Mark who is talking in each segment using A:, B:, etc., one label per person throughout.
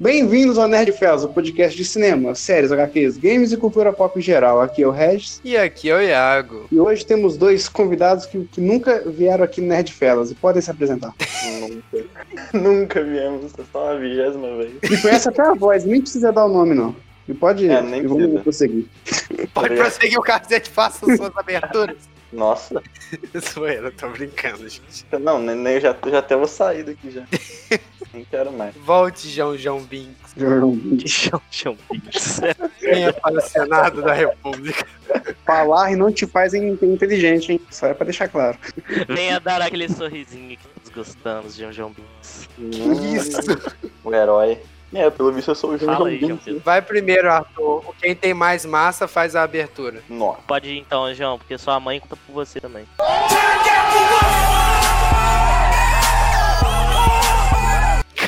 A: Bem-vindos ao Nerd Fels, o podcast de cinema, séries, HQs, games e cultura pop em geral. Aqui é o Regis.
B: E aqui é o Iago.
A: E hoje temos dois convidados que, que nunca vieram aqui no Nerd Fellas e podem se apresentar.
C: Nunca. Nunca viemos, só a vigésima vez.
A: E conhece até a voz, nem precisa dar o nome, não. E pode
C: É, nem
A: e vamos
C: precisa.
A: prosseguir.
B: Pode prosseguir o Cacete, faça as suas aberturas.
C: Nossa,
B: Zoeira, tô brincando, gente.
C: não, nem, nem- já, já até vou sair daqui já. Nem quero mais.
B: Volte, João João Binks.
D: Chão, chão.
B: Venha para o Senado da República.
A: Falar e não te faz in- inteligente, hein? Só é pra deixar claro.
D: Venha dar aquele sorrisinho que nós gostamos, João João Bins.
C: Hum, O herói. É, pelo visto eu sou o João
D: Fala aí,
C: Bim.
D: João Pedro.
B: Vai primeiro, Arthur. Quem tem mais massa faz a abertura.
C: Nossa.
D: Pode ir então, João, porque sua mãe conta por você também.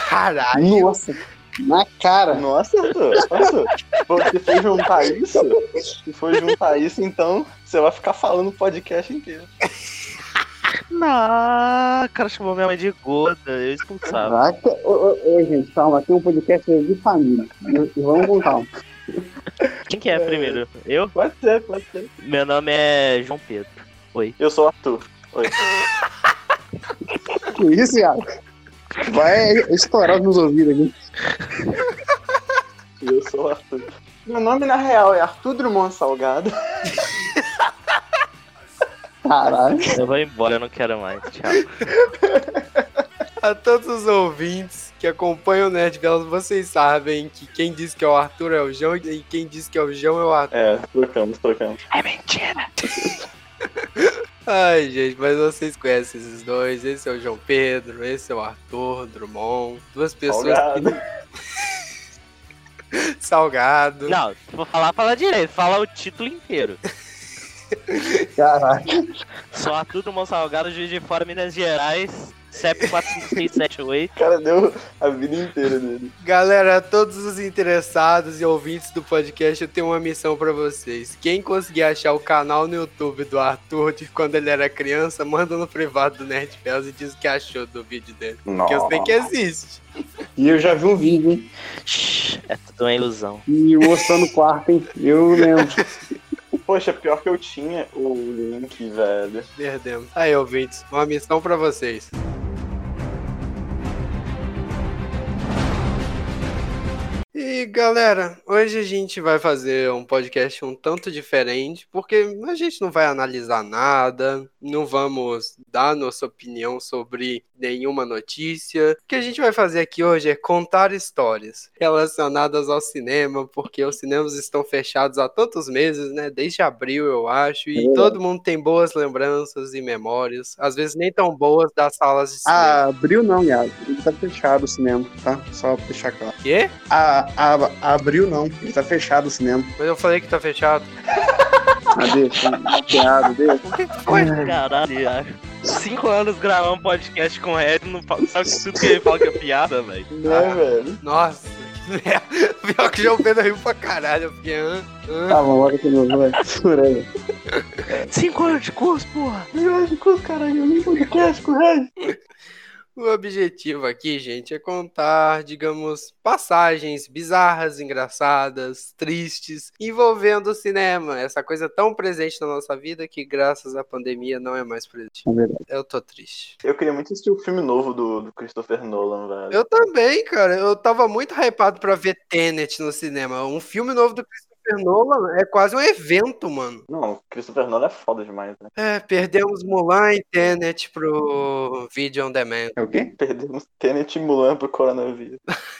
B: Caralho.
A: Nossa, na cara.
C: Nossa, Arthur. Arthur, você foi juntar isso? Se for juntar isso, então você vai ficar falando o podcast inteiro.
D: Não, o cara chamou minha mãe de gorda, eu expulsava.
A: Caraca, ô, ô, ô, gente, calma, aqui é um podcast de família. E- e Vamos com calma.
D: Quem que é primeiro? Eu?
C: Pode ser, pode ser.
D: Meu nome é João Pedro. Oi.
C: Eu sou o Arthur.
A: Que isso, Iago? Vai estourar nos ouvidos aqui.
C: Eu sou o Arthur. Meu nome na real é Arthur Drummond Salgado.
A: Caralho.
D: Eu vou embora, eu não quero mais. Tchau.
B: A todos os ouvintes que acompanham o Nerd Velas, vocês sabem que quem diz que é o Arthur é o João e quem diz que é o João é o Arthur.
C: É, trocamos, trocamos.
D: É mentira.
B: Ai, gente, mas vocês conhecem esses dois. Esse é o João Pedro, esse é o Arthur Drummond. Duas pessoas
C: Salgado.
B: salgado.
D: Não, se for falar, fala direito. Fala o título inteiro.
A: Caraca.
D: Só Arthur do Mão Salgado, Juiz de Fora, Minas Gerais, CEP 45678.
C: O cara deu a vida inteira dele.
B: Galera, a todos os interessados e ouvintes do podcast, eu tenho uma missão pra vocês. Quem conseguir achar o canal no YouTube do Arthur de quando ele era criança, manda no privado do Nerd Fels e diz o que achou do vídeo dele. Porque eu sei que existe.
A: E eu já vi um vídeo, hein?
D: Shhh, É tudo uma ilusão.
A: E o osso tá no quarto, hein? Eu lembro.
C: Poxa, pior que eu tinha o link, velho.
B: Ah. Perdemos. Aí, ouvintes, uma missão pra vocês. E galera, hoje a gente vai fazer um podcast um tanto diferente, porque a gente não vai analisar nada, não vamos dar nossa opinião sobre nenhuma notícia. O que a gente vai fazer aqui hoje é contar histórias relacionadas ao cinema, porque os cinemas estão fechados há tantos meses, né? Desde abril, eu acho, e
A: É.
B: todo mundo tem boas lembranças e memórias, às vezes nem tão boas das salas de cinema.
A: Ah, abriu não, Iago. Ele tá fechado o cinema, tá? Só pra deixar claro.
B: Quê?
A: Ah, ah, abriu não. Ele tá fechado o cinema.
B: Mas eu falei que tá fechado.
A: Ah, deixa. Piado, deixa.
B: O que foi?
D: É. Caralho, Iago. Cinco anos gravando podcast com o Ed, não fa- sabe que tudo que ele fala que é piada, velho.
C: Né, velho?
B: Nossa, que merda. Pior que o João Pedro riu pra caralho, eu fiquei. hã? Hã?
A: Tá bom, olha que novo, vai. Por aí.
D: Cinco anos de curso, porra.
C: Lógico, caralho, eu nem podcast com o Red.
B: O objetivo aqui, gente, é contar, digamos, passagens bizarras, engraçadas, tristes, envolvendo o cinema. Essa coisa tão presente na nossa vida que, graças à pandemia, não é mais presente.
A: É verdade.
B: Eu tô triste.
C: Eu queria muito assistir o filme novo do, do Christopher Nolan, velho.
B: Eu também, cara. Eu tava muito hypado pra ver Tenet no cinema. Um filme novo do Christopher Nolan é quase um evento, mano.
C: Não, o Christopher Nolan é foda demais, né?
B: É, perdemos Mulan e Tenet pro Video On Demand.
A: É o quê?
C: Perdemos Tenet e um Mulan pro coronavírus.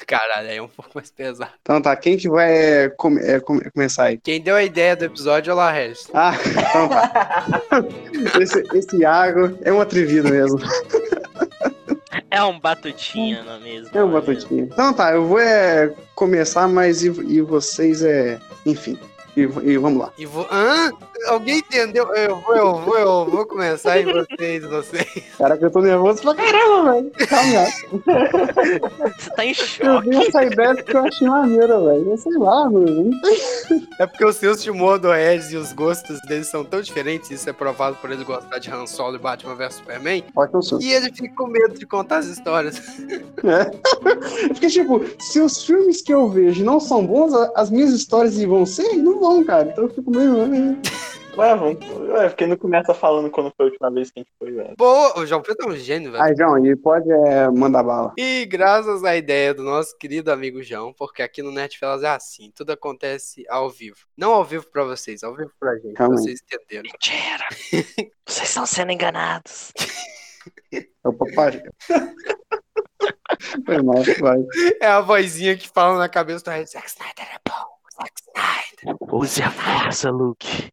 B: Caralho, aí é um pouco mais pesado.
A: Então tá, quem que vai come- é, come- começar aí?
B: Quem deu a ideia do episódio é o Lares.
A: Ah, então tá. Esse, esse Iago é um atrevido mesmo.
D: É um batutinha, não é mesmo?
A: É um batutinho. Então tá, eu vou é, começar, mas e, e vocês é. Enfim. E, e vamos lá.
B: E vo... Hã? Alguém entendeu? Eu vou, eu vou, eu vou começar em vocês, vocês.
A: Caraca, eu tô nervoso pra caramba, velho. Calma,
D: Você tá em
A: eu
D: choque.
A: vi essa ideia porque eu achei maneiro, velho. Eu sei lá, mano.
B: É porque os seus Timor do Eds e os gostos deles são tão diferentes, isso é provado por ele gostar de Han Solo e Batman vs Superman,
A: Olha que eu sou.
B: e ele fica com medo de contar as histórias.
A: Porque, tipo, se os filmes que eu vejo não são bons, a- as minhas histórias vão ser? Não vão, cara. Então eu fico meio. eh,
C: Ué, vamos. Ué, porque não começa falando quando foi a última vez que a gente foi, velho.
B: Boa! O João Pedro é um gênio, velho.
A: Aí, João, e pode é, mandar bala.
B: E graças à ideia do nosso querido amigo João, porque aqui no Netfellas é assim, tudo acontece ao vivo. Não ao vivo pra vocês, ao vivo pra gente,
A: Calma aí.
B: vocês entenderam.
D: Mentira! Vocês estão sendo enganados.
A: É o papai. Foi mal, vai.
B: É a vozinha que fala na cabeça do Red, Zack Snyder é bom, Zack Snyder.
D: Use a força, Luke.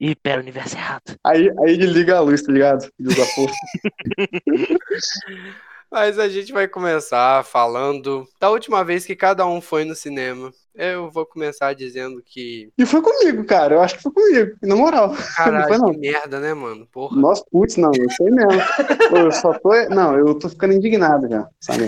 D: E pera o universo errado.
A: Aí, aí ele liga a luz, tá ligado? Filho da porra.
B: Mas a gente vai começar falando da última vez que cada um foi no cinema. Eu vou começar dizendo que
A: E foi comigo, cara. Eu acho que foi comigo. Na moral.
B: Caralho,
A: foi, não.
B: que merda, né, mano? Porra.
A: Nossa, putz, não, eu sei mesmo. Pô, Eu só tô. Não, eu tô ficando indignado já. Sabe?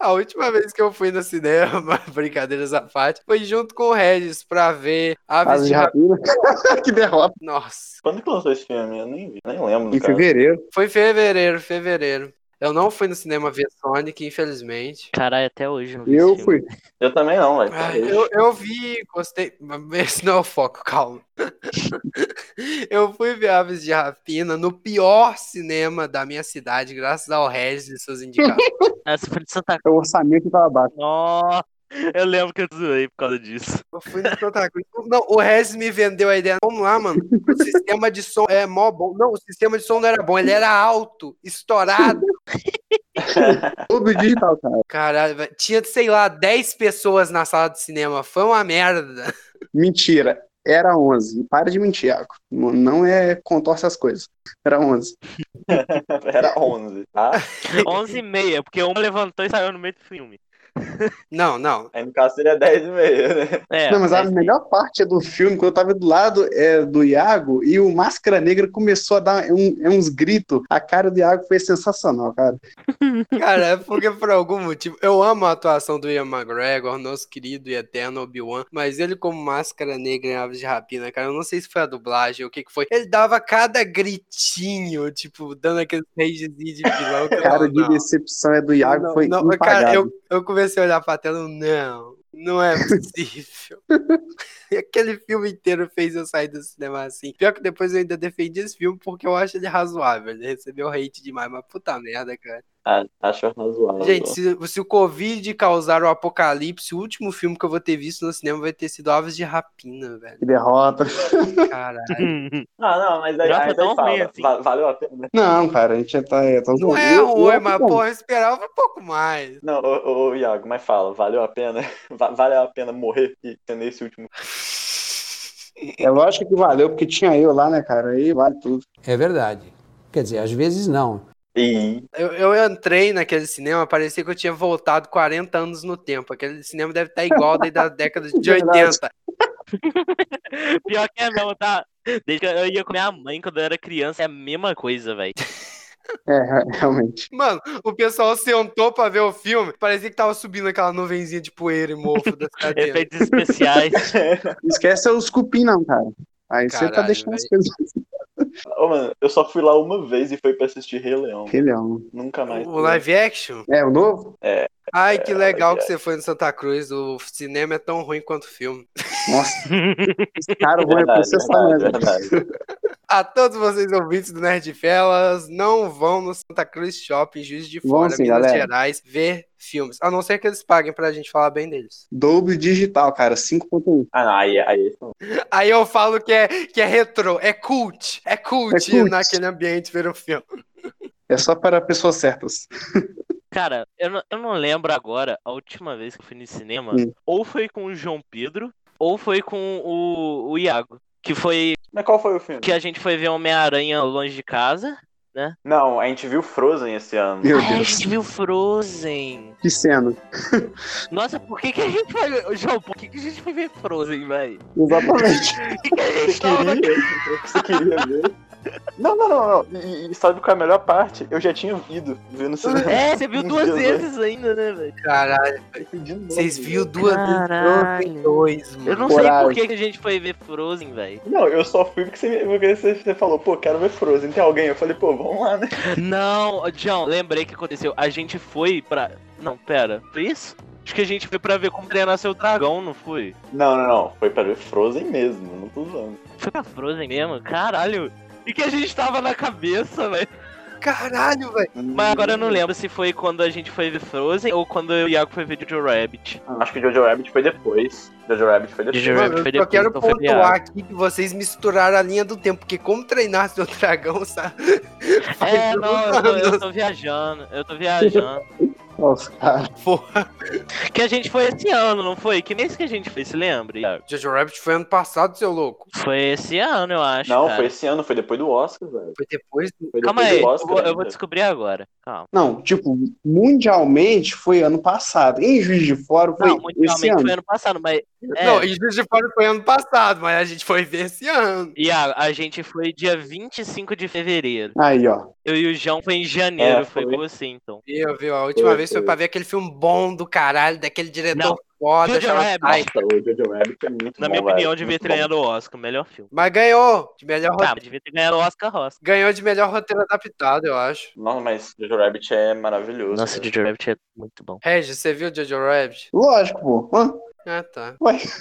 B: A última vez que eu fui no cinema, brincadeiras à parte, foi junto com o Regis pra ver Aves
A: Asa
B: de
A: de
B: Rapina.
A: rapina. que derrota.
B: Nossa,
C: Quando que lançou esse filme? Eu nem vi, nem lembro,
A: Em
C: cara.
A: fevereiro.
B: foi em fevereiro, fevereiro. Eu não fui no cinema ver Sonic, infelizmente.
D: Caralho, até hoje não vi
A: Eu
D: esse filme.
A: fui.
C: Eu também não, velho.
B: Ah, eu, eu vi, gostei. mas Esse não é o foco, calma. Eu fui ver Aves de Rapina no pior cinema da minha cidade, graças ao Regis e suas indicações.
D: Nossa, eu fui de Santa
A: O orçamento tava baixo.
D: Nossa, eu lembro que eu zoei por causa disso.
B: Eu fui no Santa Cruz. Não, o Regis me vendeu a ideia. Vamos lá, mano. O sistema de som é mó bom. Não, o sistema de som não era bom. Ele era alto, estourado.
A: Todo digital, cara.
B: Caralho, velho. tinha, sei lá, 10 pessoas na sala de cinema. Foi uma merda.
A: Mentira. Era 11. Para de mentir, Iago. Não- Não é contorce as coisas. Era 11.
C: Era 11, tá?
D: 11 e meia, porque um levantou e saiu no meio do filme.
B: Não, não.
C: Aí no caso seria 10 e meia, né?
D: É,
A: não, mas a
D: mas-
A: melhor parte é do filme, quando eu tava do lado é, do Iago e o Máscara Negra começou a dar um- uns gritos, a cara do Iago foi sensacional, cara.
B: Cara, é porque por algum motivo. Eu amo a atuação do Ian McGregor, nosso querido e eterno Obi-Wan. Mas ele, como máscara negra em Aves de Rapina, cara, eu não sei se foi a dublagem ou o que, que foi. Ele dava cada gritinho, tipo, dando aquele ragezinho de vilão. que eu
A: Cara
B: falava,
A: de
B: "Não".
A: decepção é do Iago,
B: Não,
A: foi
B: não, mas,
A: impagável.
B: cara, eu, eu comecei a olhar pra tela, não, não é possível. E Aquele filme inteiro fez eu sair do cinema assim. Pior que depois eu ainda defendi esse filme porque eu acho ele razoável. Ele recebeu hate demais, mas puta merda, cara.
C: Ah, acho razoável.
B: Gente, se, se o Covid causar o apocalipse, o último filme que eu vou ter visto no cinema vai ter sido Aves de Rapina, velho.
A: Que derrota.
B: Caralho.
D: Uhum.
C: Ah, não, mas aí,
D: Já
C: aí
D: foi tão
C: daí fala.
D: ruim assim.
C: Va- Valeu a pena.
A: Não, cara, a gente já tá. tá
B: Não é ruim, mas porra, eu esperava um pouco mais.
C: Não, ô, ô, ô, Iago, mas fala, valeu a pena? Va- valeu a pena morrer e ter nesse último.
A: É lógico que valeu, porque tinha eu lá, né, cara? Aí vale tudo.
E: É verdade. Quer dizer, às vezes não.
C: Ih,
B: Eu, eu entrei naquele cinema, parecia que eu tinha voltado 40 anos no tempo. Aquele cinema deve estar igual daí da década de
A: Verdade.
B: 80.
D: Pior que é não, tá? Desde que eu ia com minha mãe quando eu era criança, é a mesma coisa, velho.
A: É, realmente.
B: Mano, o pessoal sentou pra ver o filme, parecia que tava subindo aquela nuvenzinha de poeira e mofo das
A: É.
B: cadeiras.
D: Efeitos especiais.
A: Esquece os cupim, não, cara. Aí você tá
B: Caralho,
A: deixando as coisas.
C: ô, mano, eu só fui lá uma vez e foi pra assistir Rei Leão.
A: Ele é um.
C: Nunca mais.
B: O live action?
A: É, o novo?
B: Ai, que
C: É,
B: legal
C: é.
B: que você foi no Santa Cruz. O cinema é tão ruim quanto o filme.
A: Nossa, esse cara vai
C: É Verdade,
A: processar
C: verdade,
A: mesmo.
C: verdade.
B: A todos vocês ouvintes do Nerd Felas, não vão no Santa Cruz Shopping, Juiz de
A: Vão
B: Fora,
A: sim,
B: Minas
A: galera.
B: Gerais, ver filmes. A não ser que eles paguem pra gente falar bem deles.
A: Dobro digital, cara, 5.1.
C: Ah, não, aí, aí.
B: Aí eu falo que é, que é retrô, é cult, é cult,
A: É cult.
B: naquele ambiente ver o filme.
A: É só para pessoas certas.
D: Cara, eu não, eu não lembro agora a última vez que eu fui no cinema.
A: Hum.
D: Ou foi com o João Pedro, ou foi com o, o Iago. Que foi
C: Mas qual foi o filme?
F: é-
D: que a gente foi ver Homem-Aranha longe de casa.
F: né?
C: Não, a gente viu Frozen esse ano.
A: Meu
F: Ah, a
A: Deus.
F: gente viu Frozen.
A: Que cena.
F: Nossa, por que que a gente foi... Ô, João, por que que a gente foi ver Frozen, velho?
A: Exatamente.
C: Você queria? Você queria ver? Não, não, não, não. E, e sabe qual é a melhor parte? Eu já tinha ido ver no cinema.
F: É, você viu
C: Meu
F: duas
C: Deus,
F: vezes ainda, né, velho?
B: Caralho,
C: De novo.
B: vocês
A: né?
B: viram duas
F: Caralho.
B: vezes dois, mano.
F: Eu não sei
A: Coragem.
F: por que que a gente foi ver Frozen, velho.
C: Não, eu só fui porque você, porque você- você falou, pô, quero ver Frozen. Tem alguém? Eu falei, pô, vamos lá, né?
F: Não, ô, John, lembrei o que aconteceu. A gente foi pra. Não, pera. Foi isso? Acho que a gente foi pra ver como treinar seu dragão, não foi?
C: Não, não, não. Foi pra ver Frozen mesmo. Não tô zoando.
F: Foi pra Frozen mesmo? Caralho. E que a gente tava na cabeça, velho.
B: Caralho, velho.
F: Mas agora eu não lembro se foi quando a gente foi ver Frozen ou quando eu e o Iago foi ver Jojo Rabbit.
C: Acho que Jojo Rabbit foi depois. Jojo Rabbit foi depois.
F: Jojo
B: Mano,
F: Foi
B: eu só
F: depois,
B: quero
F: então foi
B: pontuar aqui que vocês misturaram a linha do tempo, porque como treinar seu dragão, sabe?
F: É, não, eu tô, eu
B: anos.
F: tô viajando. Eu tô viajando.
A: Nossa, cara.
F: que a gente foi esse ano, não foi? Que mês que a gente foi, se lembra, Iago?
B: Jojo Rabbit foi ano passado, seu louco.
F: Foi esse ano, eu acho.
C: Não,
F: cara.
C: foi esse ano. Foi depois do Oscar, velho.
B: Foi depois do...
C: Foi
F: Calma
C: depois
F: aí,
C: do
F: eu vou,
C: Oscar.
F: eu vou
C: ainda.
F: descobrir agora. Calma.
A: Não, tipo, mundialmente foi ano passado. Em Juiz de Fora foi
F: Não,
A: esse
F: mundialmente
A: ano.
F: foi ano passado, mas. É,
B: Não, e Juiz de Fora foi ano passado, mas a gente foi ver esse ano.
F: E a, a gente foi dia 25 de fevereiro.
A: Aí, ó.
F: Eu e o João foi em janeiro,
C: É,
F: foi
C: foi.
F: com você então.
B: Eu, viu? A última
C: Foi,
B: vez
C: foi.
B: foi pra ver aquele filme bom do caralho, daquele diretor
F: Não.
B: foda.
F: Jojo
B: chamado-
F: Rabbit.
B: Ai,
C: Nossa, o Jojo Rabbit é muito
F: Na
C: bom,
F: minha
C: velho.
F: opinião, devia
C: Muito
F: ter
C: bom.
F: ganhado o Oscar, o melhor filme.
B: Mas ganhou de melhor
F: Tá,
B: roteiro.
F: mas devia ter ganhado o Oscar Ross.
B: Ganhou de melhor roteiro adaptado, eu acho.
C: Nossa, mas Jojo Rabbit é maravilhoso.
F: Nossa,
C: cara.
F: Jojo Rabbit é muito bom.
B: Regis, você viu Jojo Rabbit?
A: Lógico, pô. Hã?
B: Ah, tá.
C: Lógico.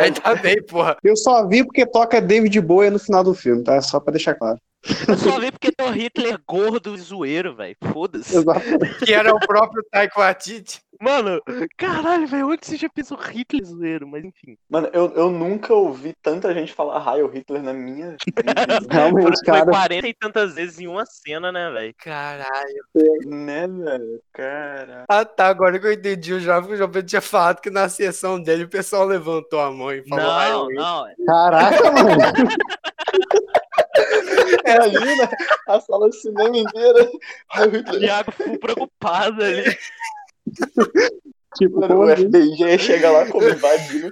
B: Ainda bem, porra.
A: Eu só vi porque toca David Bowie no final do filme, tá? Só pra deixar claro.
F: Eu só vi porque tem o Hitler gordo e zoeiro, velho. Foda-se.
A: Exato.
B: Que era o próprio Taiko Waititi.
F: Mano, caralho, velho, onde você já pensou Hitler zoeiro? Mas enfim.
C: Mano, eu, eu nunca ouvi tanta gente falar Heil Hitler na minha vida.
A: Realmente,
F: Foi
A: cara.
F: 40 e tantas vezes em uma cena, né, velho?
B: Caralho.
C: né, velho? Cara.
B: Ah, tá. Agora que eu entendi, o Jovem o João Pedro tinha falado que na sessão dele o pessoal levantou a mão e falou.
C: "Ah,
B: "Ai,
F: Não,
B: eu-
F: não.
A: Caraca, mano.
C: Imagina a sala de cinema inteira. Heil
F: O
C: Hitler.
F: Iago ficou preocupado ali.
A: Tipo,
C: Mano,
F: é
A: pô,
C: o
F: né?
C: FBI chega lá como invadindo.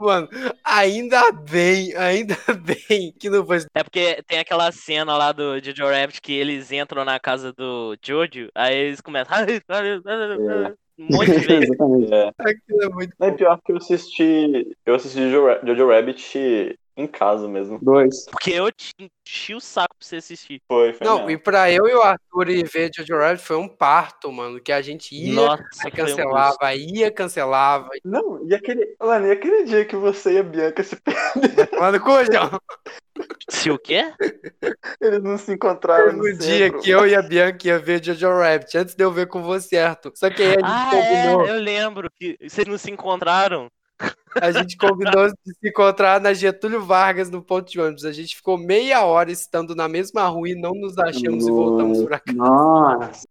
B: Mano, ainda bem, ainda bem que não foi.
F: É porque tem aquela cena lá do Jojo Rabbit que eles entram na casa do Jojo, aí eles começam. Um monte de vezes.
A: Exatamente.
C: É.
B: Aquilo é muito.
C: Não é pior que eu assisti. Eu assisti Jojo, Ra- Jojo Rabbit em casa mesmo.
A: Dois.
F: Porque eu te enchi o saco pra você assistir.
C: Foi, foi.
B: Não, e
C: mesmo.
B: pra eu e o Arthur ir ver Jojo Rabbit foi um parto, mano. Que a gente ia,
F: Nossa,
B: aí
F: foi um
B: cancelava, ia, cancelava.
C: Não, e aquele. Mano, e aquele dia que você e a Bianca se
B: Mano,
F: assim?
B: cu, João.
F: gosto. Se o quê?
C: Eles não se
B: Foi
C: encontraram
B: no
C: no
B: um dia
C: centro.
B: que eu e a Bianca ia ver Jojo Rabbit, antes de eu ver com você, Arthur. Só que aí a gente
F: Ah, é,
B: combinou,
F: eu lembro que vocês não se encontraram.
B: a gente combinou de se encontrar na Getúlio Vargas no ponto de ônibus. A gente ficou meia hora estando na mesma rua e não nos achamos e voltamos pra cá.
A: Nossa.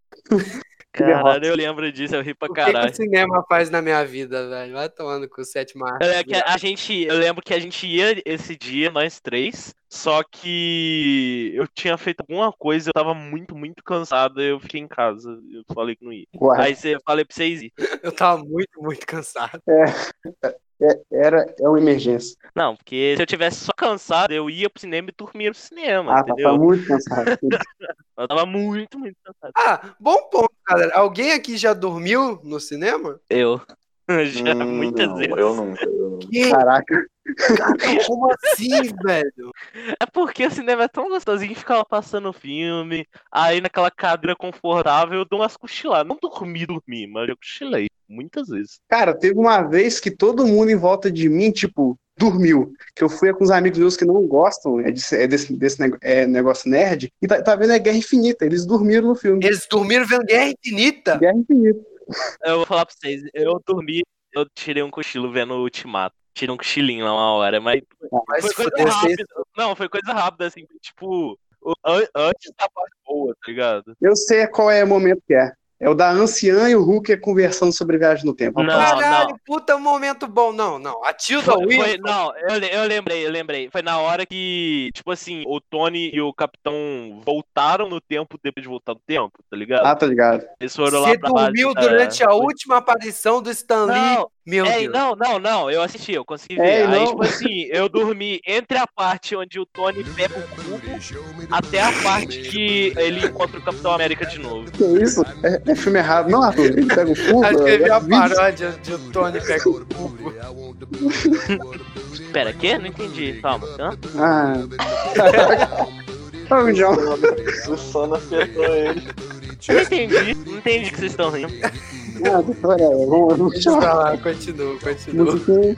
A: Que derrota.
F: Caralho, eu lembro disso, eu ri pra
B: O que, que
F: caralho.
B: o cinema faz na minha vida, velho? Vai tomando com o sétimo arte.
F: Eu lembro É que a gente, eu lembro que a gente ia esse dia, nós três, só que eu tinha feito alguma coisa, eu tava muito, muito cansado, eu fiquei em casa, eu falei que não ia.
A: Uai,
F: Aí você- eu falei pra vocês ir.
B: Eu tava muito, muito cansado.
A: era, é uma emergência.
F: Não, porque se eu tivesse só cansado, eu ia pro cinema e dormia no cinema,
A: Ah, tá, tá
F: entendeu?
A: muito cansado.
F: Eu tava muito, muito cansado.
B: Ah, bom ponto, galera. Alguém aqui já dormiu no cinema?
F: Eu. Já
C: Hum,
F: muitas
C: não,
F: vezes.
C: Eu nunca, eu nunca.
B: Que?
A: Caraca.
B: Como assim, velho?
F: É porque o cinema é tão gostosinho, ficava passando filme, aí naquela cadeira confortável eu dou umas cochiladas. Não dormi, dormi, mas eu cochilei muitas vezes.
A: Cara, teve uma vez que todo mundo em volta de mim, tipo, dormiu. Que eu fui com uns amigos meus que não gostam é de- é desse, desse nego- é negócio nerd. E tá, tá vendo é Guerra Infinita. Eles dormiram no filme.
B: Eles dormiram vendo Guerra Infinita.
A: Guerra Infinita.
F: Eu vou falar pra vocês, eu dormi, eu tirei um cochilo vendo o Ultimato. Tirei um cochilinho lá uma hora, mas
B: Mas
F: foi coisa
B: foda-se.
F: rápida. Não, foi coisa rápida, assim, tipo, o- an- antes da parte boa, tá ligado?
A: Eu sei qual é o momento que é. É o da anciã e o Hulk conversando sobre viagem no tempo.
F: Não,
B: Caralho,
F: não.
B: puta momento bom. Não, não. A Tilda
F: Foi- foi-
B: Wilson.
F: não, eu, le- eu lembrei, eu lembrei. Foi na hora que, tipo assim, o Tony e o Capitão voltaram no tempo depois de voltar no tempo, tá ligado?
A: Ah, tá ligado.
F: Eles foram lá
B: Você
F: pra base É.
B: dormiu
F: da-
B: durante a
F: do-
B: última aparição do Stan Lee.
F: Não,
B: Meu
F: é,
B: Deus.
F: não, não, não, eu assisti, eu consegui
A: É,
F: ver. Aí,
A: não.
F: tipo assim, eu dormi entre a parte onde o Tony pega o cubo até a parte que ele encontra o Capitão América de novo.
A: Que isso? É, é filme errado. Não, Arthur, ele pega o cu.
B: Acho que
A: é
B: teve a
A: vídeo.
B: paródia de o Tony pega o cubo.
F: Pera, quê? Não entendi. Calma. Hã?
A: Ah. Tá, Olha o John.
C: O sono afetou ele.
F: Não entendi. Não entendi o que vocês estão rindo.
A: Ah, pera, vamos- vamos
B: Deixa
A: chamar.
B: pra lá, continua, continua.
A: Musiquinha.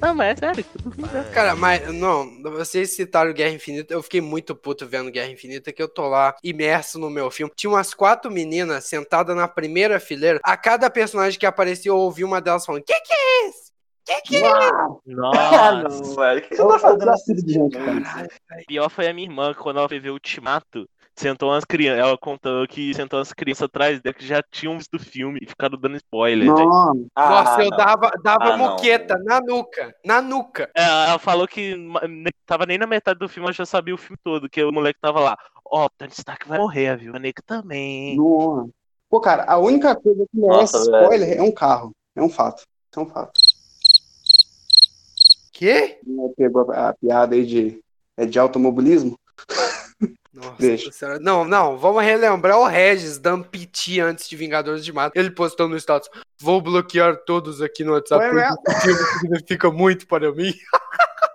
F: Não, mas é sério. eu dormi, né?
B: Cara, mas não, vocês citaram Guerra Infinita, eu fiquei muito puto vendo Guerra Infinita, que eu tô lá imerso no meu filme. Tinha umas quatro meninas sentadas na primeira fileira. A cada personagem que aparecia, eu ouvi uma delas falando: Que que é esse? Que que é
C: Ah,
F: Nossa.
C: não, velho. O que você
A: Olha
C: tá
A: o
C: fazendo
A: traço de gente, cara.
F: Pior foi a minha irmã, que quando ela foi ver o Ultimato, sentou umas crianças. Ela contou que sentou umas crianças atrás dela que já tinham visto o filme e ficaram dando spoiler. né?
A: Não,
B: Nossa, eu
C: Ah, não.
B: dava, dava
C: Ah, não.
B: muqueta na nuca, na nuca.
F: É, Ela falou que ma- ne- tava nem na metade do filme, ela já sabia o filme todo, que o moleque tava lá. Ó, o Tony Stark vai morrer, viu? A Neca também.
A: não. Pô, cara, a única coisa que merece
C: Nossa, velho.
A: spoiler é um carro. É um fato. É um fato.
B: Quê?
A: Não Pegou a, a piada aí de, é de automobilismo?
B: Nossa
A: Deixa.
B: senhora. Não, não, vamos relembrar o Regis dando piti antes de Vingadores de Mato. Ele postou no status: Vou bloquear todos aqui no WhatsApp.
A: Foi
B: porque
A: mesmo?
B: esse filme significa muito para mim.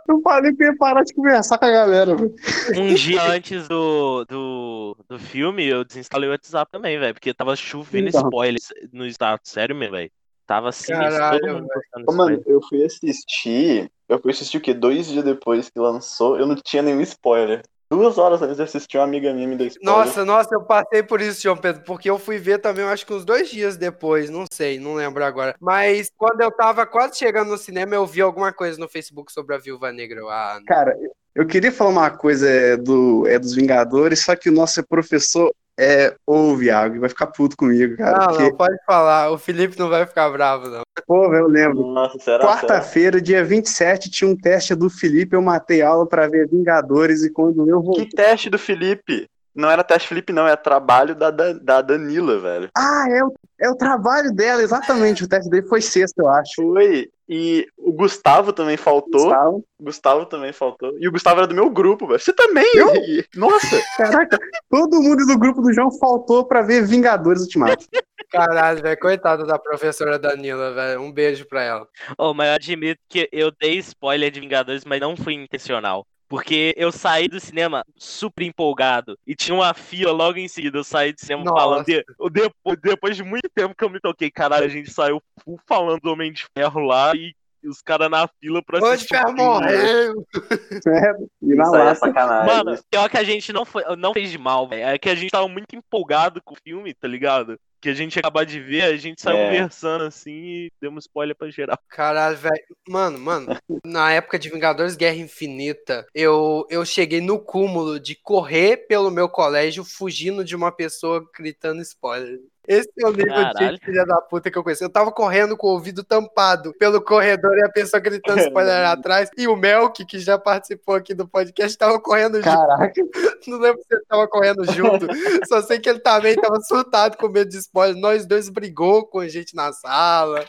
A: Eu falei que eu ia parar de conversar com a galera, velho.
F: Um dia antes do, do, do filme, eu desinstalei o WhatsApp também, velho. Porque tava chovendo
A: Então.
F: spoilers no status, sério mesmo, velho. Tava assim,
B: Caralho,
F: todo mundo postando
C: Ô,
F: spoiler.
C: mano, eu fui assistir. Eu fui assistir o quê? Dois dias depois que lançou, eu não tinha nenhum spoiler. Duas horas antes de assistir, uma amiga minha me deu spoiler.
B: Nossa, nossa, eu passei por isso, João Pedro, porque eu fui ver também, eu acho que uns dois dias depois, não sei, não lembro agora. Mas quando eu tava quase chegando no cinema, eu vi alguma coisa no Facebook sobre a Viúva Negra. Eu, Ah,
A: Cara, eu queria falar uma coisa é, do, é dos Vingadores, só que o nosso professor é ouve água e vai ficar puto comigo, cara.
B: não,
A: porque,
B: não, pode falar, o Felipe não vai ficar bravo, não.
A: pô, velho, eu lembro.
C: Nossa, será? será?
A: Quarta-feira, dia 27, tinha um teste do Felipe. Eu matei aula pra ver Vingadores e quando eu voltei.
C: Que teste do Felipe? Não era teste Felipe, não, é trabalho da, da, da Danila, velho.
A: Ah, é o, é o trabalho dela, exatamente. O teste dele foi sexta, eu acho.
C: Foi. E o Gustavo também faltou. Gustavo,
A: Gustavo.
C: também faltou. E o Gustavo era do meu grupo, velho. Você também? E- Nossa!
A: Caraca, todo mundo do grupo do João faltou pra ver Vingadores Ultimato.
B: Caralho, velho, coitada da professora Danila, velho, um beijo pra ela.
F: Oh, mas eu admito que eu dei spoiler de Vingadores, mas não foi intencional. Porque eu saí do cinema super empolgado. E tinha uma fila logo em seguida. Eu saí do cinema
B: Nossa.
F: falando. de- o depo- depois de muito tempo que eu me toquei, caralho, a gente saiu full falando do Homem de Ferro lá e os caras na fila pra
B: Hoje
F: assistir. o
B: ferro
F: filme.
B: morreu!
A: É, e na
C: Isso aí é
A: laça.
C: sacanagem.
F: Mano, pior que a gente não, foi, não fez de mal, velho. É que a gente tava muito empolgado com o filme, tá ligado? Que a gente ia acabar de ver, a gente saiu
C: É.
F: conversando assim e demos spoiler pra geral.
B: Caralho, velho. Mano, mano, na época de Vingadores Guerra Infinita, eu, eu cheguei no cúmulo de correr pelo meu colégio fugindo de uma pessoa gritando spoiler. Esse é o nível de
F: Caralho.
B: filha da puta que eu conheci. Eu tava correndo com o ouvido tampado pelo corredor e a pessoa gritando spoiler atrás. E o Melk, que já participou aqui do podcast, tava correndo junto.
A: Caraca,
B: Não lembro se ele tava correndo junto. Só sei que ele também tava surtado com medo de spoiler. Nós dois brigou com a gente na sala.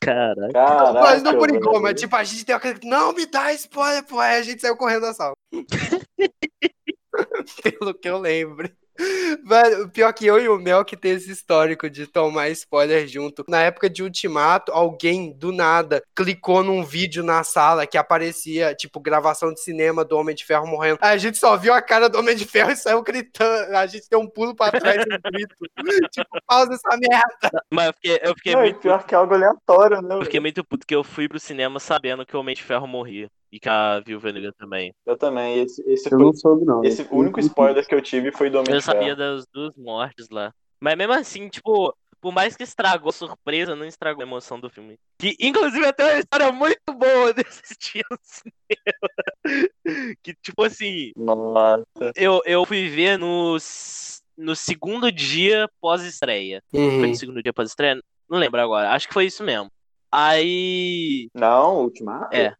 F: Caralho.
C: Caraca,
B: Mas não brigou,
C: velho.
B: mas tipo, a gente tem aquele. Não me dá spoiler, pô. Aí a gente saiu correndo da sala. Pelo que eu lembro. Velho, o pior que eu e o Mel que tem esse histórico de tomar spoiler junto. Na época de Ultimato, alguém do nada clicou num vídeo na sala que aparecia, tipo, gravação de cinema do Homem de Ferro morrendo. Aí a gente só viu a cara do Homem de Ferro e saiu gritando. A gente deu um pulo pra trás e um grito. tipo, pausa essa merda.
F: Mas eu fiquei, eu fiquei
C: Não, e
F: muito
C: pior que é algo aleatório, né?
F: Eu
C: velho?
F: fiquei muito puto que eu fui pro cinema sabendo que o Homem de Ferro morria. E que a Viúva Negra também.
C: Eu também. Esse, esse
A: eu
C: foi-
A: não soube, não.
C: esse o único spoiler que eu tive foi do Homem
F: Eu
C: de Ferro.
F: sabia das duas mortes lá. Mas mesmo assim, tipo, por mais que estragou a surpresa, não estragou a emoção do filme. Que, inclusive, até uma história muito boa desse dia no cinema. Que, tipo assim,
C: Nossa.
F: eu, eu fui ver no s- no segundo dia pós-estreia. Foi
B: Uhum.
C: Hum.
F: no segundo dia pós-estreia? Não lembro agora. Acho que foi isso mesmo. Aí.
C: Não, Ultimato?
F: É.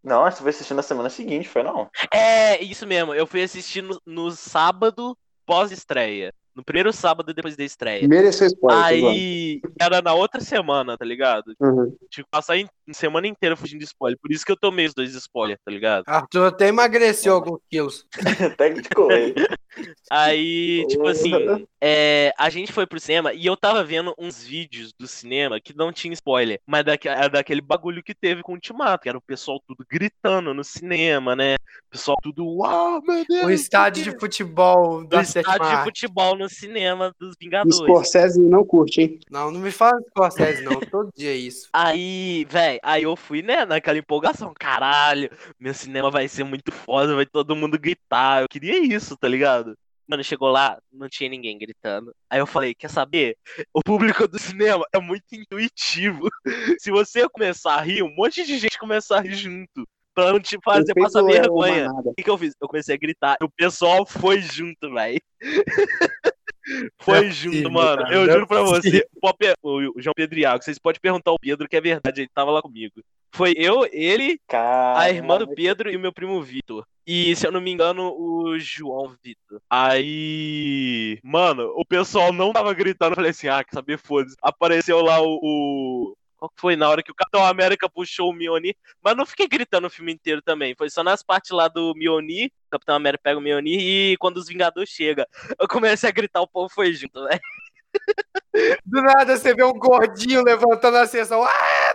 C: Não, acho que tu foi assistir na semana seguinte, foi não.
F: É, isso mesmo. Eu fui assistir no, no sábado pós-estreia. No primeiro sábado depois da estreia.
A: Mereceu spoiler. Giovanni.
F: Aí. Era na outra semana, tá ligado?
A: Uhum.
F: Tive que passar em- semana inteira fugindo de spoiler. Por isso que eu tomei os dois spoilers, tá ligado?
B: Arthur até emagreceu alguns quilos.
C: Até que te colei.
F: Aí, tipo assim, é, a gente foi pro cinema e eu tava vendo uns vídeos do cinema que não tinha spoiler, mas daque- era daquele bagulho que teve com o Ultimato, que era o pessoal tudo gritando no cinema, né? O pessoal tudo, uau, meu Deus!
B: O estádio de futebol
F: do
B: da sétima
F: estádio de
B: arte.
F: futebol no cinema dos
A: O
F: Vingadores.
A: Scorsese não curte, hein?
B: Não, não me fala Scorsese, não. Todo dia é isso.
F: Aí, velho, aí eu fui, né, naquela empolgação, caralho, meu cinema vai ser muito foda, vai todo mundo gritar, eu queria isso, tá ligado? Mano, chegou lá, não tinha ninguém gritando. Aí eu falei, quer saber? O público do cinema é muito intuitivo. Se você começar a rir, um monte de gente começa a rir junto, pra não te fazer
A: Perfeito
F: passar
A: é o
F: vergonha.
A: Manada.
F: O que, que eu fiz? Eu comecei a gritar. E o pessoal foi junto, velho. foi junto,
B: possível,
F: mano.
B: cara,
F: eu
B: não é
F: juro pra você.
B: possível.
F: O, Pop- o João Pedro Iago, vocês podem perguntar ao Pedro que é verdade, ele tava lá comigo. Foi eu, ele,
C: Cara,
F: a irmã do Pedro e o meu primo Vitor. E, se eu não me engano, o João Vitor. Aí. Mano, o pessoal não tava gritando. Eu falei assim, ah, quer saber, foda-se. Apareceu lá o. o- Qual que foi na hora que o Capitão América puxou o Mioni? Mas não fiquei gritando o filme inteiro também. Foi só nas partes lá do Mioni. O Capitão América pega o Mioni e quando os Vingadores chegam. Eu comecei a gritar, o povo foi junto, velho.
B: Do nada você vê um gordinho levantando a sessão. Ah,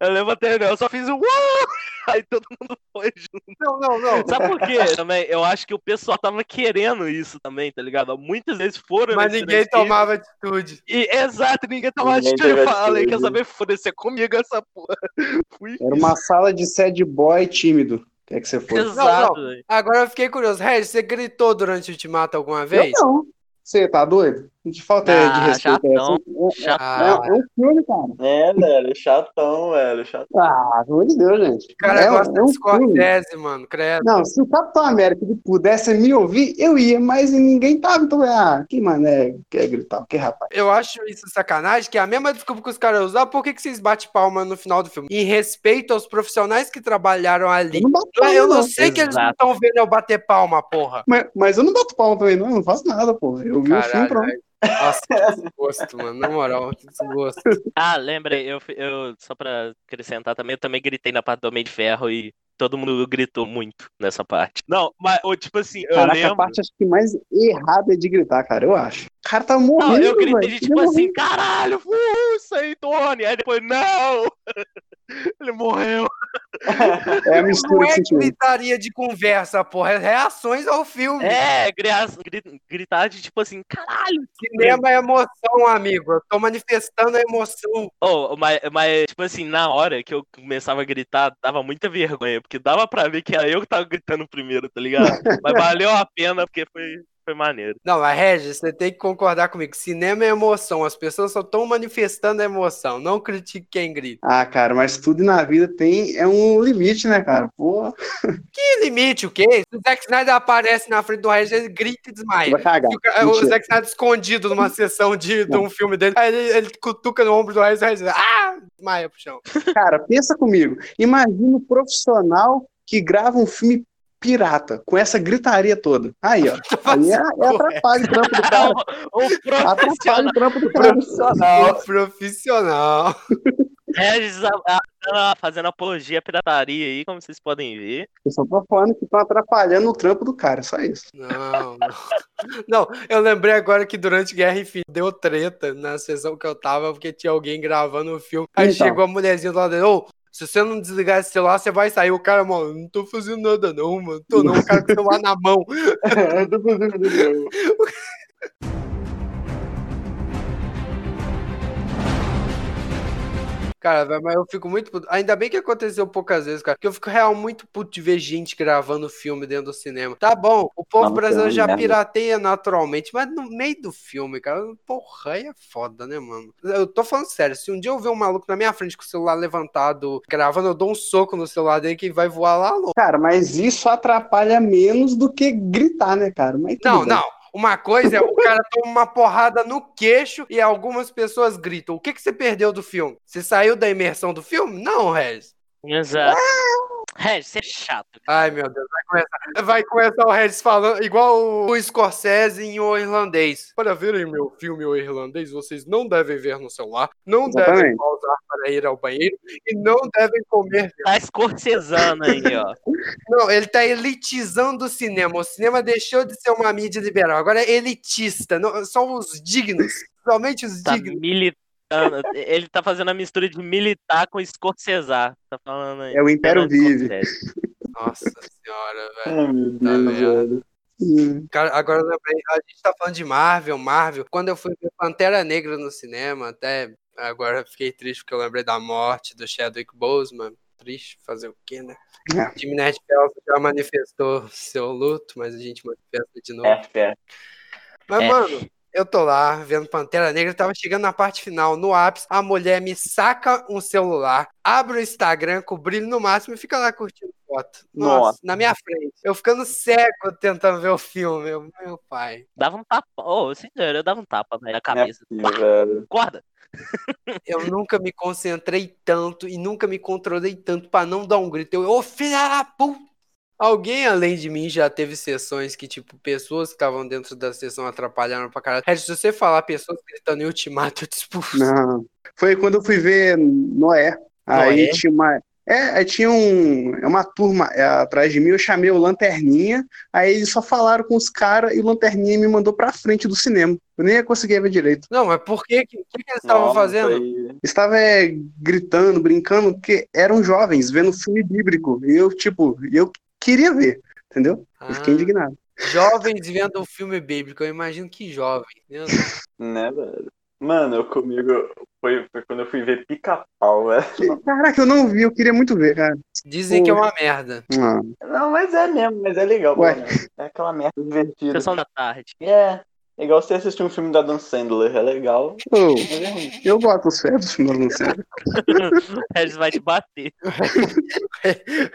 F: Eu levantei, não. Eu só fiz um. "Uau!" Aí todo mundo foi junto.
B: não, não, não.
F: Sabe por quê? Também, eu acho que o pessoal tava querendo isso também, tá ligado? Muitas vezes foram.
B: Mas
F: nesse
B: ninguém
F: três
B: tomava atitude.
F: dias E, exato, ninguém tava
C: Ninguém
F: assistindo. Eu
C: teve
F: falei, quer
C: atitude.
F: saber? Foda-se, é comigo essa porra. Fui.
A: Era uma sala de sad boy tímido. Quer que você fosse?
F: Exato.
B: Não,
F: velho.
B: Agora eu fiquei curioso. Regis, você gritou durante o Ultimato alguma vez?
A: Eu não. Você tá doido? Não te falta
F: Ah,
A: de respeito. é
F: chatão.
A: assim.
F: Já-
A: É, é,
B: Ah,
A: é um filme, cara.
C: É, velho, chatão, velho, chatão.
A: Ah, pelo amor de Deus, gente.
B: o cara
A: é, um-
B: gosta
A: é um
B: de
A: filme.
B: Scorsese, mano. Credo.
A: Não, se o Capitão América ele pudesse me ouvir, eu ia, mas ninguém tava. Então, ah, que mané, quer gritar, que rapaz.
B: Eu acho isso sacanagem, que é a mesma desculpa que os caras usam. Ah, Por que, que vocês batem palma no final do filme? Em respeito aos profissionais que trabalharam ali.
A: Eu não bato
B: Ah,
A: palma,
B: Eu
A: não.
B: não sei que eles não
F: Exato.
B: estão vendo eu bater palma, porra.
A: Mas, mas eu não bato palma também, não. Eu não faço nada, pô. Eu vi o filme,
B: Caralho.
A: assim, pronto.
B: Nossa, que desgosto, mano. Na moral, que desgosto.
F: Ah, lembrei, eu, fui- eu, só pra acrescentar também, eu também gritei na parte do Homem de Ferro e todo mundo gritou muito nessa parte. Não, mas, ô, tipo assim, eu
A: Caraca, a
F: lembro.
A: parte acho que mais errada é de gritar, cara, eu acho. O cara tá
F: Não,
A: morrendo,
F: eu gritei
A: velho.
F: de
A: Ele
F: tipo
A: morreu.
F: assim, caralho, uh, isso aí, Tony. Aí depois, não! Ele morreu. assim,
A: É a
B: Não
A: mistura que
B: é
A: você tinha.
B: gritaria de conversa, porra. É reações ao filme.
F: É, gri- gri- gritar de tipo assim, caralho.
B: Cinema é emoção, amigo. Eu tô manifestando a emoção.
F: Oh, mas, mas, tipo assim, na hora que eu começava a gritar, dava muita vergonha, porque dava pra ver que era eu que tava gritando primeiro, tá ligado? Mas valeu a pena, porque foi, foi maneiro.
B: Não, mas Regis, você tem que concordar comigo. Cinema é emoção. As pessoas só estão manifestando a emoção. Não critique quem grita.
A: Ah, cara, mas tudo na vida tem é um limite, né, cara? Pô,
B: Que limite, o quê? Se o Zack Snyder aparece na frente do Regis, ele grita e
F: É.
B: desmaia.
A: vai cagar.
B: E O, ca- o
A: Mentira.
B: Zack Snyder escondido numa sessão de, de um filme dele. Aí ele, ele cutuca no ombro do Regis e o Regis ah, desmaia pro chão.
A: Cara, pensa comigo. Imagina o profissional que grava um filme pirata com essa gritaria toda. Aí, ó. Aí é, é atrapalha o trampo do cara.
F: Então, O
A: Atrapalha
F: profissional
A: o trampo do cara.
B: O profissional.
F: Regis a- a- a- fazendo apologia à pirataria aí, como vocês podem ver.
A: Eu só tô falando que estão atrapalhando o trampo do cara, só isso.
B: Não, não. Não, eu lembrei agora que durante Guerra Infinita deu treta na sessão que eu tava, porque tinha alguém gravando o filme. Aí
A: Então.
B: chegou a mulherzinha do lado dele, ô, se você não desligar esse celular, você vai sair. O cara, mano, não tô fazendo nada não, mano. Tô não, o cara com o celular na mão.
C: Eu tô fazendo de novo.
B: Cara, velho, mas eu fico muito puto. Ainda bem que aconteceu poucas vezes, cara. Porque eu fico real muito puto de ver gente gravando filme dentro do cinema. Tá bom, o povo
C: Não,
A: é
B: brasileiro
C: não,
B: já
C: não.
B: pirateia naturalmente, mas no meio do filme, cara, porra, aí é foda, né, mano? Eu tô falando sério, se um dia eu ver um maluco na minha frente com o celular levantado, gravando, eu dou um soco no celular dele que vai voar lá longe.
A: Cara, mas isso atrapalha menos do que gritar, né, cara? Mas tudo
B: Não,
A: bem.
B: não. Uma coisa é o cara toma uma porrada no queixo e algumas pessoas gritam. O que, que você perdeu do filme? Você saiu da imersão do filme? Não, Regis.
F: Exato. Regis, você é chato.
B: Ai, meu Deus, vai começar, vai começar o Regis falando igual o Scorsese em O Irlandês. Para verem meu filme O Irlandês, vocês não devem ver no celular, não devem
A: Exatamente.
B: pausar para ir ao banheiro e não devem comer.
F: Tá escorcesando aí, ó.
B: Não, ele tá elitizando o cinema. O cinema deixou de ser uma mídia liberal, agora é elitista. Não, são os dignos, somente os
F: Tá
B: dignos.
F: militando. Ele tá fazendo a mistura de militar com escorcesar. Tá falando aí.
A: É o Império
F: Fernando
A: Vive.
F: Scorsese.
B: Nossa senhora, velho.
C: Ai, meu
B: Tá
C: Deus,
B: vendo?
C: velho.
A: Hum.
B: Cara, agora eu lembrei, a gente tá falando de Marvel, Marvel. Quando eu fui ver Pantera Negra no cinema, até agora eu fiquei triste porque eu lembrei da morte do Chadwick Boseman. Triste, fazer o quê, né?
A: É.
B: O time Nerd Pelso já manifestou seu luto, mas a gente manifesta de novo.
C: É, é.
B: Mas,
F: É.
B: mano, eu tô lá vendo Pantera Negra, tava chegando na parte final, no ápice, a mulher me saca um celular, abre o Instagram com o brilho no máximo e fica lá curtindo foto. Nossa,
C: Nossa.
B: na minha frente. Eu ficando cego tentando ver o filme, eu- meu pai.
F: Dava um tapa. Ô, sincero, eu dava um tapa velho, na cabeça.
C: Minha filha, velho.
F: Acorda.
B: Eu nunca me concentrei tanto e nunca me controlei tanto pra não dar um grito. Eu, ô filha da puta! Alguém além de mim já teve sessões que, tipo, pessoas que estavam dentro da sessão atrapalharam pra caralho. Regis, se você falar pessoas gritando em ultimato, eu te expulso.
A: Não. Foi quando eu fui ver Noé. Aí
F: Noé?
A: tinha uma. É, aí tinha um, é uma turma é, atrás de mim, eu chamei o Lanterninha, aí eles só falaram com os caras e o Lanterninha me mandou pra frente do cinema. Eu nem conseguia ver direito.
B: Não, mas por que? O que, que eles estavam
C: Nossa,
B: fazendo?
C: aí.
A: Estava é, gritando, brincando, porque eram jovens vendo filme bíblico. E eu, tipo, eu queria ver, entendeu? Eu fiquei
B: Ah,
A: indignado.
B: jovens vendo um filme bíblico, eu imagino que jovem. né?
C: Né, velho? Mano, eu comigo foi, foi quando eu fui ver pica-pau, velho.
A: Caraca, eu não vi, eu queria muito ver, cara.
B: Dizem que é uma merda.
A: Ah,
C: Não, mas é mesmo, mas é legal.
A: Ué.
C: mano. É aquela merda divertida.
F: Sessão da tarde.
C: É, é igual você assistir um filme da Dan Sandler, é legal.
A: eu,
C: mas é ruim.
A: eu boto os fé do filme do Lanterninha.
F: Regis vai te bater.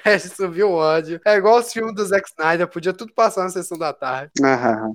B: É, subiu o ódio. É igual os filmes do Zack Snyder, podia tudo passar na sessão da tarde.
A: Ah,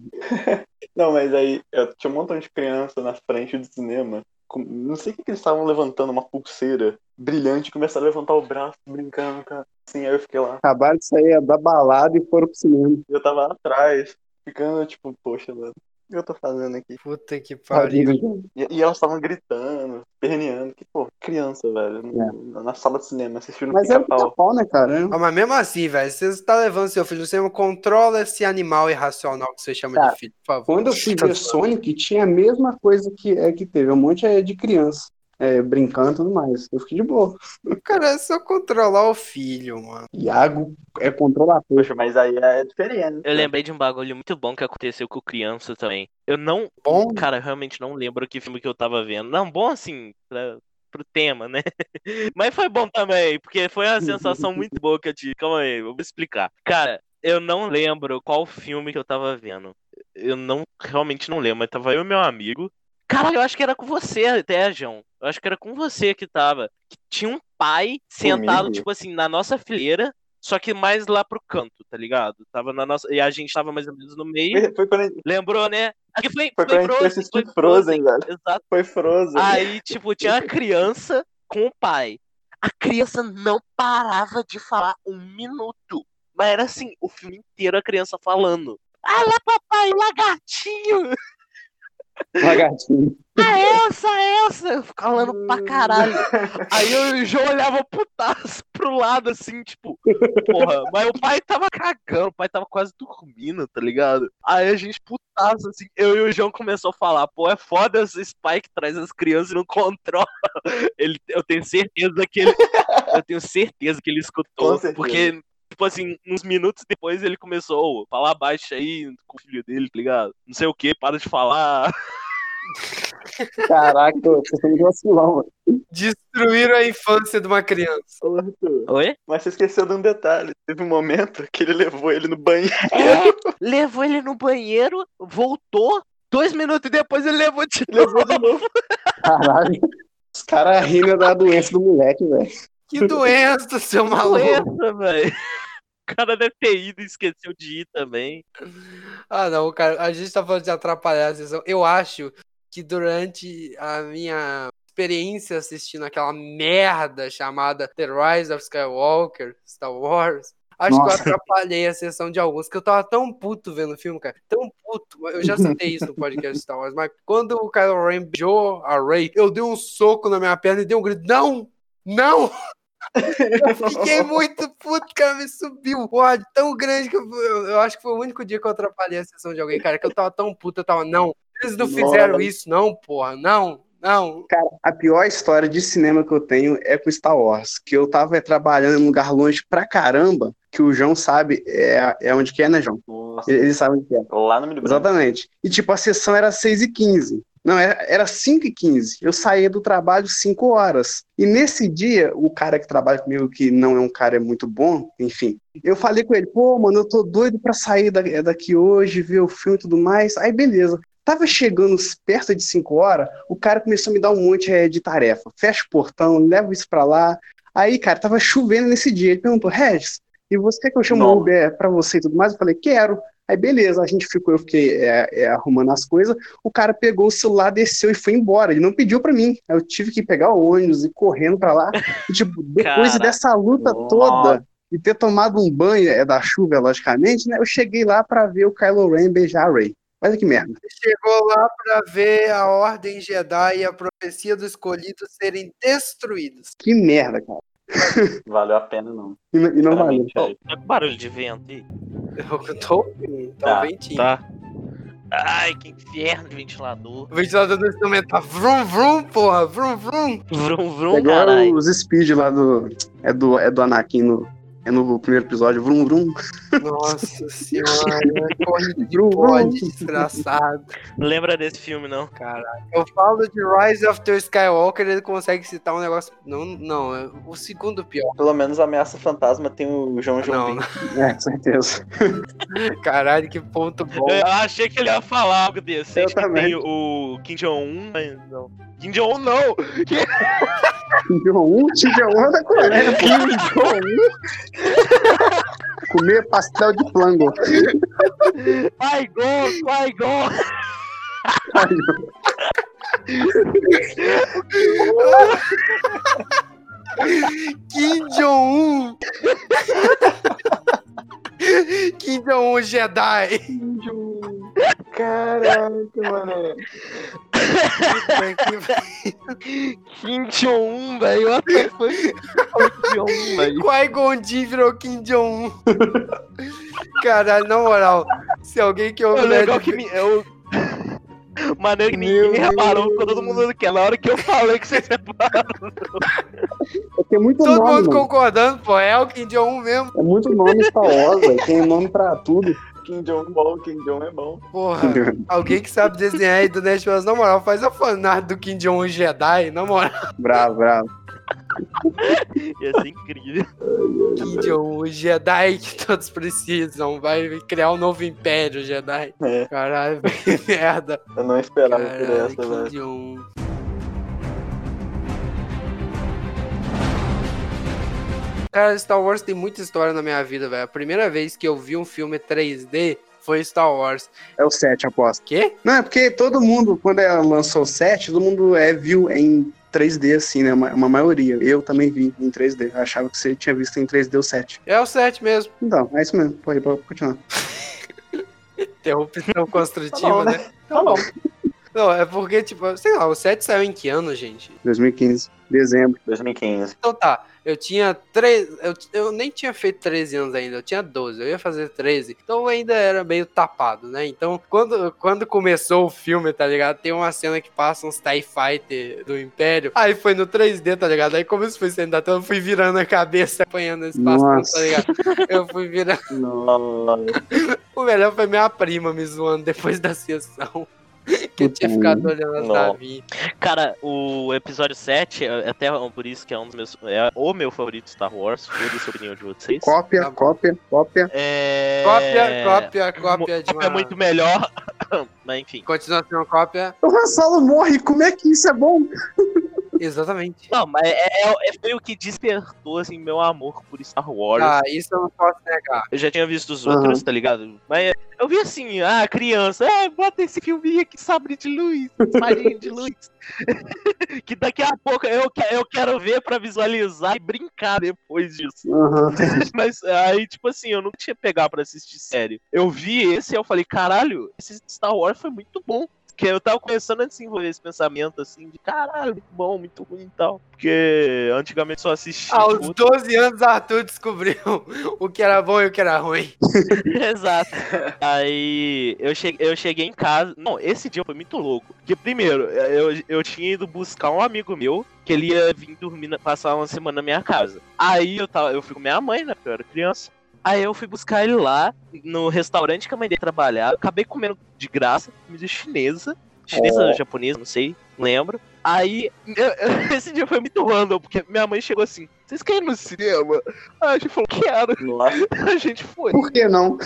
C: Não, mas aí eu tinha um montão de criança na frente do cinema. com- não sei o que, que eles estavam levantando, uma pulseira brilhante, e começaram a levantar o braço, brincando, cara. Assim, aí eu fiquei lá.
A: acabaram de sair da balada e foram pro cinema.
C: Eu tava lá atrás, ficando tipo, poxa, mano, o que eu tô fazendo aqui?
B: Puta que pariu.
C: E, e elas estavam gritando, perneando, que, pô, criança, velho, na- na sala de cinema,
A: É.
C: assistindo
A: Mas era
C: pica-pau.
A: pica-pau, né, cara?
B: Ah, mas mesmo assim, velho, você está levando seu filho no cinema, controla esse animal irracional que você chama
A: Cara,
B: de filho, por favor.
A: Quando eu fui ver Sonic, tinha a mesma coisa que, é, que teve. Um monte é, de criança é, brincando e tudo mais. Eu fiquei de boa.
B: Cara, é só controlar o filho, mano.
A: Iago é controlador.
C: Poxa, mas aí é diferente.
F: Eu lembrei de um bagulho muito bom que aconteceu com criança também. Eu não.
B: Bom,
F: Cara, eu realmente não lembro que filme que eu tava vendo. Não, bom assim, pra, pro tema, né? Mas foi bom também, porque foi uma sensação muito boa que eu tive. Calma aí, eu vou explicar. Cara, eu não lembro qual filme que eu tava vendo. Eu não realmente não lembro, mas tava eu e meu amigo. Caralho, eu acho que era com você até, João. Eu acho que era com você que tava. Que tinha um pai sentado,
C: Comigo?
F: tipo assim, na nossa fileira, só que mais lá pro canto, tá ligado? Tava na nossa. E a gente tava mais ou menos no meio.
C: Foi, foi quando a gente
F: Lembrou, né? Aqui foi,
C: foi quando a gente foi assistir Frozen, né? velho.
F: Exato.
C: Foi Frozen.
F: Aí, tipo, tinha uma criança com o pai. A criança não parava de falar um minuto. Mas era assim, o filme inteiro a criança falando. Ah lá, papai, lagartinho!
A: Lagartinho.
F: A Elsa, a Elsa! é Eu ficava falando pra caralho. Aí eu e o João olhava putaço pro lado, assim, tipo, porra. Mas o pai tava cagando, o pai tava quase dormindo, tá ligado? Aí a gente putaço, assim, eu e o João começou a falar, pô, é foda esse pai que traz as crianças e não controla. Ele, eu tenho certeza que ele. Eu tenho certeza que ele
C: Com
F: escutou.
C: certeza.
F: Porque, tipo assim, uns minutos depois ele começou, ô, fala baixo aí com o filho dele, tá ligado? Não sei o que, para de falar.
A: Caraca, vocês são de vacilão, mano.
B: destruíram a infância de uma criança.
C: Ô, Arthur,
F: Oi?
C: Mas você esqueceu de um detalhe. Teve um momento que ele levou ele no banheiro.
F: É, levou ele no banheiro, voltou. Dois minutos depois ele levou de
C: Levou de novo.
A: Caralho. Os caras rindo da doença do moleque, velho.
B: Que doença, seu maluco.
F: doença, velho. cara deve ter ido e esqueceu de ir também.
B: Ah, não, cara, a gente tá falando de atrapalhar a sessão. Eu acho que durante a minha experiência assistindo aquela merda chamada The Rise of Skywalker, Star Wars, acho
A: Nossa.
B: que eu atrapalhei a sessão de alguns, que eu tava tão puto vendo o filme, cara, tão puto. Eu já citei isso no podcast Star Wars, mas quando o Kylo Ren beijou a Rey, eu dei um soco na minha perna e dei um grito, não! Não! Fiquei muito puto, cara, me subiu o ódio tão grande que eu, eu- eu acho que foi o único dia que eu atrapalhei a sessão de alguém, cara, que eu tava tão puto, eu tava, não, eles não fizeram
C: Nossa.
B: isso, não, porra, não, não.
A: A pior história de cinema que eu tenho é com Star Wars, que eu tava trabalhando em um lugar longe pra caramba, que o João sabe é, é onde que é, né, João?
C: Nossa,
A: Ele, ele sabe onde que é.
C: lá no Milho Branco.
A: Exatamente. E tipo, a sessão era 6 e 15 Não, era, era 5 e 15 Eu saía do trabalho 5 horas. E nesse dia, o cara que trabalha comigo, que não é um cara muito bom, enfim, eu falei com ele, pô, mano, eu tô doido pra sair da- é daqui hoje, ver o filme e tudo mais. Aí, beleza. Tava chegando perto de 5 horas, o cara começou a me dar um monte eh, de tarefa. Fecha o portão, leva isso pra lá. Aí, cara, tava chovendo nesse dia. Ele perguntou, Regis, e você quer que eu chame o
C: Nossa.
A: Uber pra você e tudo mais? Eu falei, quero. Aí beleza, a gente ficou, eu fiquei é, é, arrumando as coisas. O cara pegou o celular, desceu e foi embora. Ele não pediu pra mim. Aí eu tive que pegar o ônibus e ir correndo pra lá. E, tipo, depois
F: Cara.
A: dessa luta
C: Nossa.
A: toda e ter tomado um banho é da chuva, logicamente, né? Eu cheguei lá pra ver o Kylo Ren beijar a Rey. Olha que merda.
B: Chegou lá pra ver a Ordem Jedi e a profecia do escolhido serem destruídos.
A: Que merda, cara.
C: Valeu a pena, não.
A: E, não- e não valeu.
C: Sinceramente, aí.
F: Tá com barulho de vento aí.
B: Eu tô ouvindo, tá,
C: Tá,
B: um ventinho.
F: Tá. Ai, que inferno de ventilador.
B: O ventilador do instrumento tá vrum, vrum, porra, vrum, vrum.
F: Vrum,
A: É igual
F: vrum, Então, caralho.
A: os speed lá do. É do, é do Anakin no. É no primeiro episódio, vrum vrum.
B: Nossa senhora, corre de
A: Vrum, vrum.
B: bode, desgraçado,
F: Lembra desse filme, não?
B: cara. Eu falo de Rise of the Skywalker, ele consegue citar um negócio... Não, não, é o segundo pior.
C: Pelo menos a ameaça fantasma tem o João
B: Não,
C: Jobim.
A: É, com certeza.
B: caralho, que ponto bom.
F: Eu achei que ele ia falar algo desse.
A: Eu
F: Acho que
A: também.
F: Tem o Kim Jong-un, mas não. Kim Jong-un não!
A: Tibião 1, Tibião 1 é da Coreia, pô. um Comer pastel de flango.
F: Vai gol, vai gol!
B: Kim Jong-un! Kim Jong-un Jedi!
C: Caraca, mano.
F: Kim Jong-un, velho. What the fuck? Kim Jong-un, velho.
B: Qui-Gon Jinn virou Kim Jong-un. Caralho, na moral, se alguém que ouve
F: O É legal
B: É Nerd-
F: que me- eu... Maneiro que
B: Meu
F: ninguém reparou, ficou todo mundo quer. Na hora que eu falei que vocês repararam.
A: Tem muito
B: Todo
A: nome,
B: mundo
A: mano.
B: concordando, pô, é o Kim Jong-un mesmo,
A: É muito nome Star Wars, velho. Tem nome pra tudo.
C: Kim Jong bom, Kim Jong é bom.
B: porra. Alguém que sabe desenhar aí do Nerd Bros, na moral, faz a fanart do Kim Jong-un Jedi, na moral.
A: bravo, bravo.
F: Ia ser incrível.
B: Kim Jong-un um Jedi que todos precisam, vai criar um novo império Jedi.
C: É,
B: Caralho, que merda.
C: eu não esperava por
B: Caralho,
C: essa,
B: Kim
C: velho.
B: Jong. Cara, Star Wars tem muita história na minha vida, velho. A primeira vez que eu vi um filme 3D foi Star Wars.
A: É o 7, aposto.
B: Quê?
A: Não, é porque todo mundo, quando ela lançou o 7, todo mundo é, viu em 3D, assim, né? Uma, uma maioria. Eu também vi em 3D. Eu achava que você tinha visto em 3D o 7.
B: É o 7 mesmo.
A: Então, é isso mesmo. Pode, pode continuar.
B: Interrupção construtiva,
C: bom,
B: né?
C: né? Tá bom.
B: Não, é porque, tipo, sei lá, o 7 saiu em que ano, gente?
A: 2015, dezembro.
C: 2015.
B: Então tá, eu tinha 13. Eu, eu nem tinha feito 13 anos ainda, eu tinha 12, eu ia fazer 13. Então eu ainda era meio tapado, né? Então, quando, quando começou o filme, tá ligado? Tem uma cena que passa uns TIE Fighter do Império. Aí foi no 3D, tá ligado? Aí como isso foi saindo da tela, eu fui virando a cabeça, apanhando esse espaço, tá
A: Nossa.
B: ligado? Eu fui virando.
C: Nossa.
B: O melhor foi minha prima me zoando depois da sessão. Que eu tinha ficado olhando as
C: Não.
B: navinhas.
F: Cara, o episódio 7, é até por isso que é um dos meus. É o meu favorito Star Wars, foda-se a opinião de vocês.
A: Cópia,
B: Tá bom.
A: cópia, cópia.
F: É...
B: Cópia, cópia, cópia de
F: Cópia
B: uma...
F: é muito melhor. Mas enfim.
B: Continua sendo cópia.
A: O Han Solo morre. Como é que isso é bom?
B: Exatamente.
F: Não, mas é, é- é- foi o que despertou, assim, meu amor por Star Wars.
B: Ah, isso eu não posso negar.
F: Eu já tinha visto os
A: Aham.
F: outros, tá ligado? Mas eu vi assim, ah, criança, é, bota esse filminho aqui, Sabre de Luz, Marinho de Luz. que daqui a pouco eu, que- eu quero ver pra visualizar e brincar depois disso.
A: Aham.
F: Mas aí, tipo assim, eu nunca tinha pegar pra assistir série. Eu vi esse e eu falei, caralho, esse Star Wars foi muito bom. Porque eu tava começando a desenvolver esse pensamento, assim, de caralho, muito bom, muito ruim e tal. Porque antigamente só assistia...
B: Aos 12 Ah, anos, Arthur descobriu o que era bom e o que era ruim.
F: Exato. Aí eu cheguei, eu cheguei em casa. Não, esse dia foi muito louco. Porque primeiro, eh, eu, eu tinha ido buscar um amigo meu que ele ia vir dormir, na- passar uma semana na minha casa. Aí eu tava, eu fui com minha mãe, né? Porque eu era criança. Aí eu fui buscar ele lá no restaurante que a mãe dele trabalhava. Acabei comendo de graça, comida chinesa. Chinesa ou japonesa, não sei, não lembro. Aí, eu- esse dia foi muito random, porque minha mãe chegou assim: vocês querem ir no cinema? Aí a gente falou: quero.
C: Nossa,
F: A gente foi.
A: Por que não?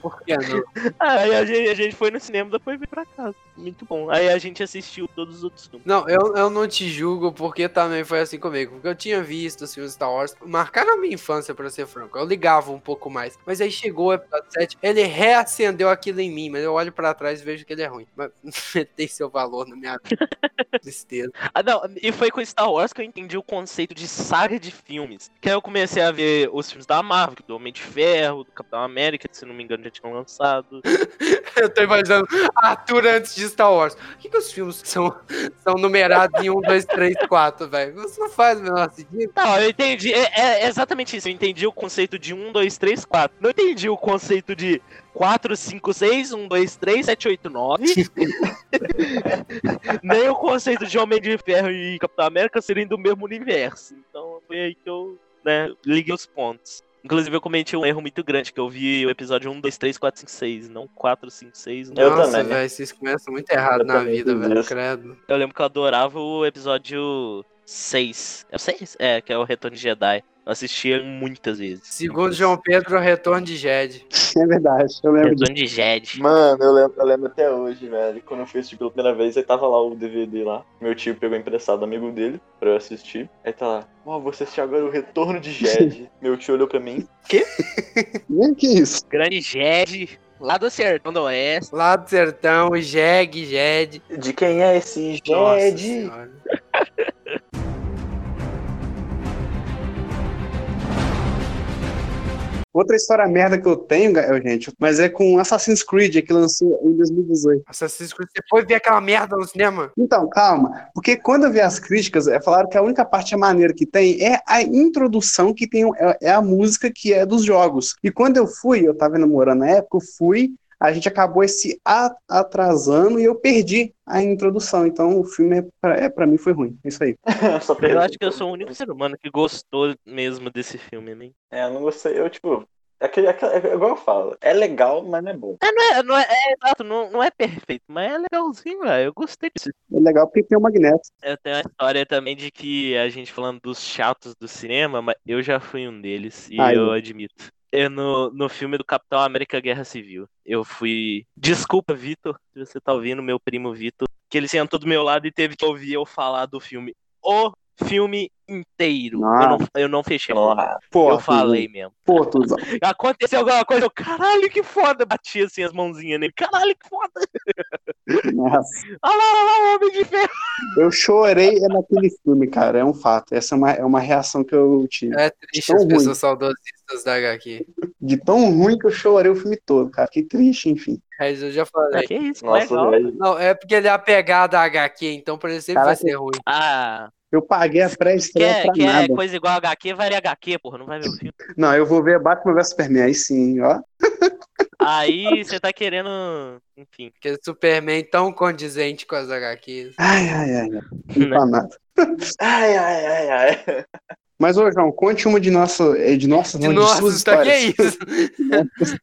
B: Por que não?
F: Aí a gente, a gente foi no cinema, depois veio pra casa. Muito bom. Aí a gente assistiu todos os outros filmes.
B: Não, eu, eu não te julgo porque também foi assim comigo. Porque eu tinha visto os filmes Star Wars, marcaram a minha infância, pra ser franco. Eu ligava um pouco mais. Mas aí chegou o episódio 7, ele reacendeu aquilo em mim. Mas eu olho pra trás e vejo que ele é ruim. Mas tem seu valor na minha vida. Tristeza.
F: Ah, não, e foi com Star Wars que eu entendi o conceito de saga de filmes. Que aí eu comecei a ver os filmes da Marvel, é do Homem de Ferro, do Capitão América, que se não me engano já tinham lançado.
B: Eu tô imaginando Arthur antes de Star Wars. Por que, que os filmes são, são numerados em 1, 2, 3, 4, velho? Isso não faz o menor sentido.
F: Não, Então, eu entendi. É, é exatamente isso. Eu entendi o conceito de 1, 2, 3, 4. Não entendi o conceito de 4, 5, 6, 1, 2, 3, 7, 8, 9. Nem o conceito de Homem de Ferro e Capitão América serem do mesmo universo. Então foi aí que eu né, liguei os pontos. Inclusive, eu cometi um erro muito grande, que eu vi o episódio 1, 2, 3, 4, 5, 6, não 4, 5, 6.
C: Eu
F: Nossa,
C: também. né?
B: velho, vocês começam muito errado
C: Eu
B: na
C: também
B: vida,
C: fiz
B: velho.
C: isso.
B: Credo.
F: Eu lembro que eu adorava o episódio 6. É o 6? É, que é o Retorno de Jedi. Eu assisti ele muitas vezes.
B: Segundo João Pedro, retorno de Jedi.
A: É verdade, eu lembro disso.
F: Retorno de Jedi.
C: mano, eu lembro, eu lembro até hoje, velho. Quando eu fui assistir pela primeira vez, aí tava lá o DVD lá. Meu tio pegou emprestado amigo dele pra eu assistir. Aí tá lá, ó, você assistiu agora o Retorno de Jed. Meu tio olhou pra mim.
A: Nem que isso.
F: Grande Jedi. Lá do Sertão do Oeste.
B: Lá do sertão, Jeg, Jed.
C: De quem é esse
B: Nossa
C: Jed?
B: senhora.
A: Outra história merda que eu tenho, ga- gente, mas é com Assassin's Creed, que lançou em 2018.
B: Assassin's Creed, você foi ver aquela merda no cinema?
A: Então, calma, porque quando eu vi as críticas, é, falaram que a única parte maneira que tem é a introdução que tem, o- é, é a música que é dos jogos. E quando eu fui, eu tava namorando na época, eu fui, a gente acabou se a- atrasando e eu perdi a introdução. Então o filme, é pra, é, pra mim, foi ruim. É isso aí.
C: Só
F: Eu
C: perdeu.
F: acho que eu sou o único ser humano que gostou mesmo desse filme, né?
C: É, eu não gostei. Eu, tipo, aquele, aquele, é igual eu falo, é legal, mas não é bom.
F: É, não é, não é, é, exato, não, não é perfeito, mas é legalzinho, velho. Eu gostei disso.
A: É legal porque tem o Magneto.
F: Eu tenho a história também de que a gente falando dos chatos do cinema, mas eu já fui um deles, e
A: Aí.
F: eu admito. Eu no, no filme do Capitão América Guerra Civil. Eu fui. Desculpa, Vitor, se você tá ouvindo, meu primo Vitor, que ele sentou do meu lado e teve que ouvir eu falar do filme. O filme inteiro. Eu não, eu não fechei. a boca.
A: Pô,
F: Eu falei mesmo.
A: Pô, Tuzão.
F: Aconteceu alguma coisa, eu, caralho, que foda! Bati assim as mãozinhas nele, caralho, que foda!
A: Nossa.
F: Olha lá, olha lá, o homem de ferro!
A: Eu chorei é naquele filme, cara, é um fato. Essa é uma, é uma reação que eu tive.
B: É triste
A: Tão
B: as
A: ruim.
B: pessoas saudosistas da HQ.
A: De tão ruim que eu chorei o filme todo, cara. Fiquei triste, enfim.
B: Mas eu já falei.
F: Que isso,
C: Nossa,
F: legal.
C: velho.
B: Não, é porque ele é apegado à HQ, então pra ele sempre vai
A: Caraca.
B: ser ruim.
F: Ah,
A: Eu paguei a pré-estreia
F: Quer,
A: pra
F: quer
A: nada.
F: coisa igual HQ, vai ler HQ, porra, não vai ver o filme.
A: Não, eu vou ver Batman vs Superman, aí sim, ó.
F: Aí você tá querendo. Enfim.
B: Porque Superman é tão condizente com as HQs.
A: Ai, ai, ai. ai. Não
F: Né?
A: dá nada.
C: Ai, ai, ai, ai.
A: Mas, ô, João, conte uma de nossa. eh, De nossa,
B: De
A: não, de
B: nossa,
A: suas
B: isso aqui é
A: histórias.
B: isso.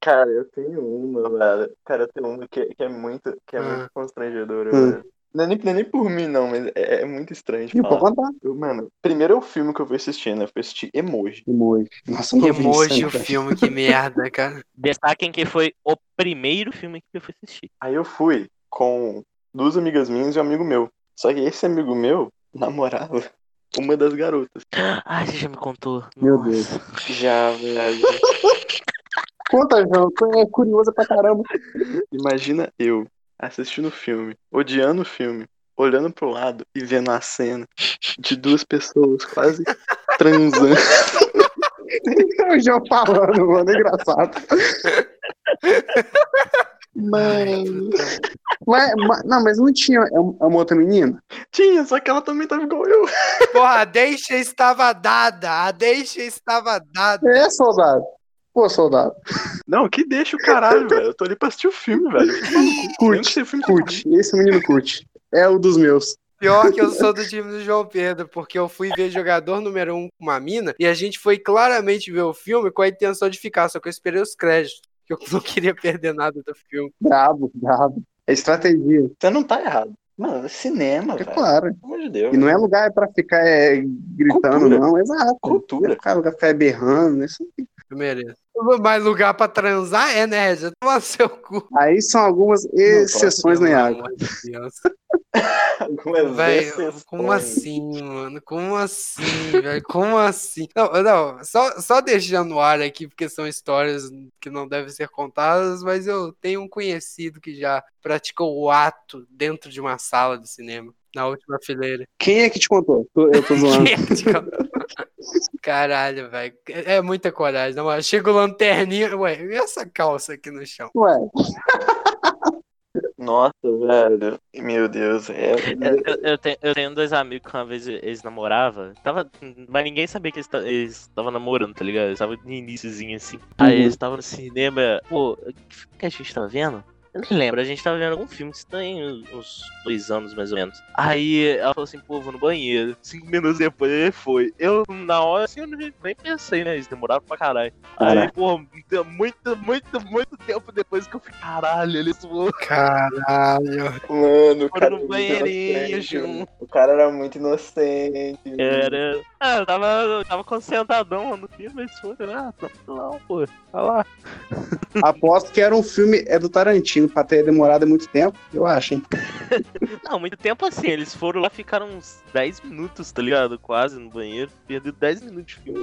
C: Cara, eu tenho uma, velho. Cara, eu tenho uma que, que é muito, que é
B: Ah.
C: muito constrangedora,
A: Hum. Tipo,
C: velho. Não é, nem, não é nem por mim, não, mas é, é muito estranho de
A: Ih, pode
C: falar.
A: contar.
C: Eu, mano, primeiro é o filme que eu fui assistir, né? Eu fui assistir Emoji.
A: Emoji. Nossa, eu não vi isso
B: Emoji,
A: aí,
B: o
A: cara.
B: filme, que merda, cara.
F: Destaquem que foi o primeiro filme que eu fui assistir.
C: Aí eu fui com duas amigas minhas e um amigo meu. Só que esse amigo meu namorava uma das garotas.
F: Ai, Ah, você já me contou.
A: Meu
F: Nossa.
A: Deus.
C: Já, velho.
A: Conta, João, tu é curioso pra caramba.
C: Imagina eu assistindo o filme, odiando o filme, olhando pro lado e vendo a cena de duas pessoas quase transando.
A: o João falando, mano, é engraçado.
C: Mano.
A: Mas, mas- não, mas não tinha é uma é uma outra menina?
C: Tinha, só que ela também tava igual eu.
B: Porra, a deixa estava dada. A deixa estava dada.
A: É, soldado. Pô, soldado,
C: Não, que deixa o caralho, velho. Eu tô ali pra assistir o filme, velho. Lembra que
A: curte,
C: esse filme
A: curte. Esse menino curte. É o dos meus.
B: Pior que eu sou do time do João Pedro, porque eu fui ver jogador número um com uma mina e a gente foi claramente ver o filme com a intenção de ficar, só que eu esperei os créditos. que Eu não queria perder nada do filme.
A: Brabo, brabo. É estratégia,
C: Você não tá errado. Mano, é cinema,
A: é
C: velho. Pelo
A: claro.
C: amor de Deus.
A: E não é lugar pra ficar é, gritando,
C: Cultura.
A: não. Exato.
C: Cultura.
A: É pra lugar pra ficar berrando. né? Isso-
B: Eu mereço. Mas lugar pra transar é, né? Já toma seu cu.
A: Aí são algumas exceções, né,
B: Pelo
A: Iago?
B: amor de Deus.
C: Algumas
B: Velho,
C: exceções.
B: como assim, mano? Como assim, velho? Como assim? Não, não, só, só deixando no ar aqui, porque são histórias que não devem ser contadas, mas eu tenho um conhecido que já praticou o ato dentro de uma sala de cinema, na última fileira.
A: Quem é que te contou? Tô- Eu tô zoando.
B: Caralho, velho. É é muita coragem. Não, mas chega o lanterninho. Ué, e essa calça aqui no chão?
A: Ué,
C: Nossa, velho. Meu Deus, é.
F: Eu, eu- eu tenho, eu tenho dois amigos que uma vez eles namoravam. Tava, mas ninguém sabia que eles ta- eles estavam namorando, tá ligado? Eles estavam no iníciozinho assim. Aí
A: Uhum.
F: eles estavam no cinema. Pô, o que filme que a gente tava vendo? Eu não lembro, a gente tava vendo algum filme, isso tem uns dois anos mais ou menos. Aí ela falou assim, pô, vou no banheiro. Cinco minutos depois ele foi. Eu, na hora, assim, eu nem nem pensei, né? Eles demoraram pra caralho. Aí,
A: Caraca.
F: pô, muito, muito, muito tempo depois que eu fui, caralho, eles foram
B: Caralho.
C: Mano, o cara.
F: Foram no
C: era muito
F: banheirinho
C: inocente,
F: junto.
C: mano. O cara era muito inocente.
F: Era. Ah, eu tava, eu tava concentradão no filme, mas foi, ah, não, pô. Olha lá.
A: aposto que era um filme é do Tarantino, pra ter demorado muito tempo, eu acho, hein?
F: Não, muito tempo assim, eles foram lá, ficaram uns 10 minutos, tá ligado? Quase no banheiro. Perdeu 10 minutos de filme.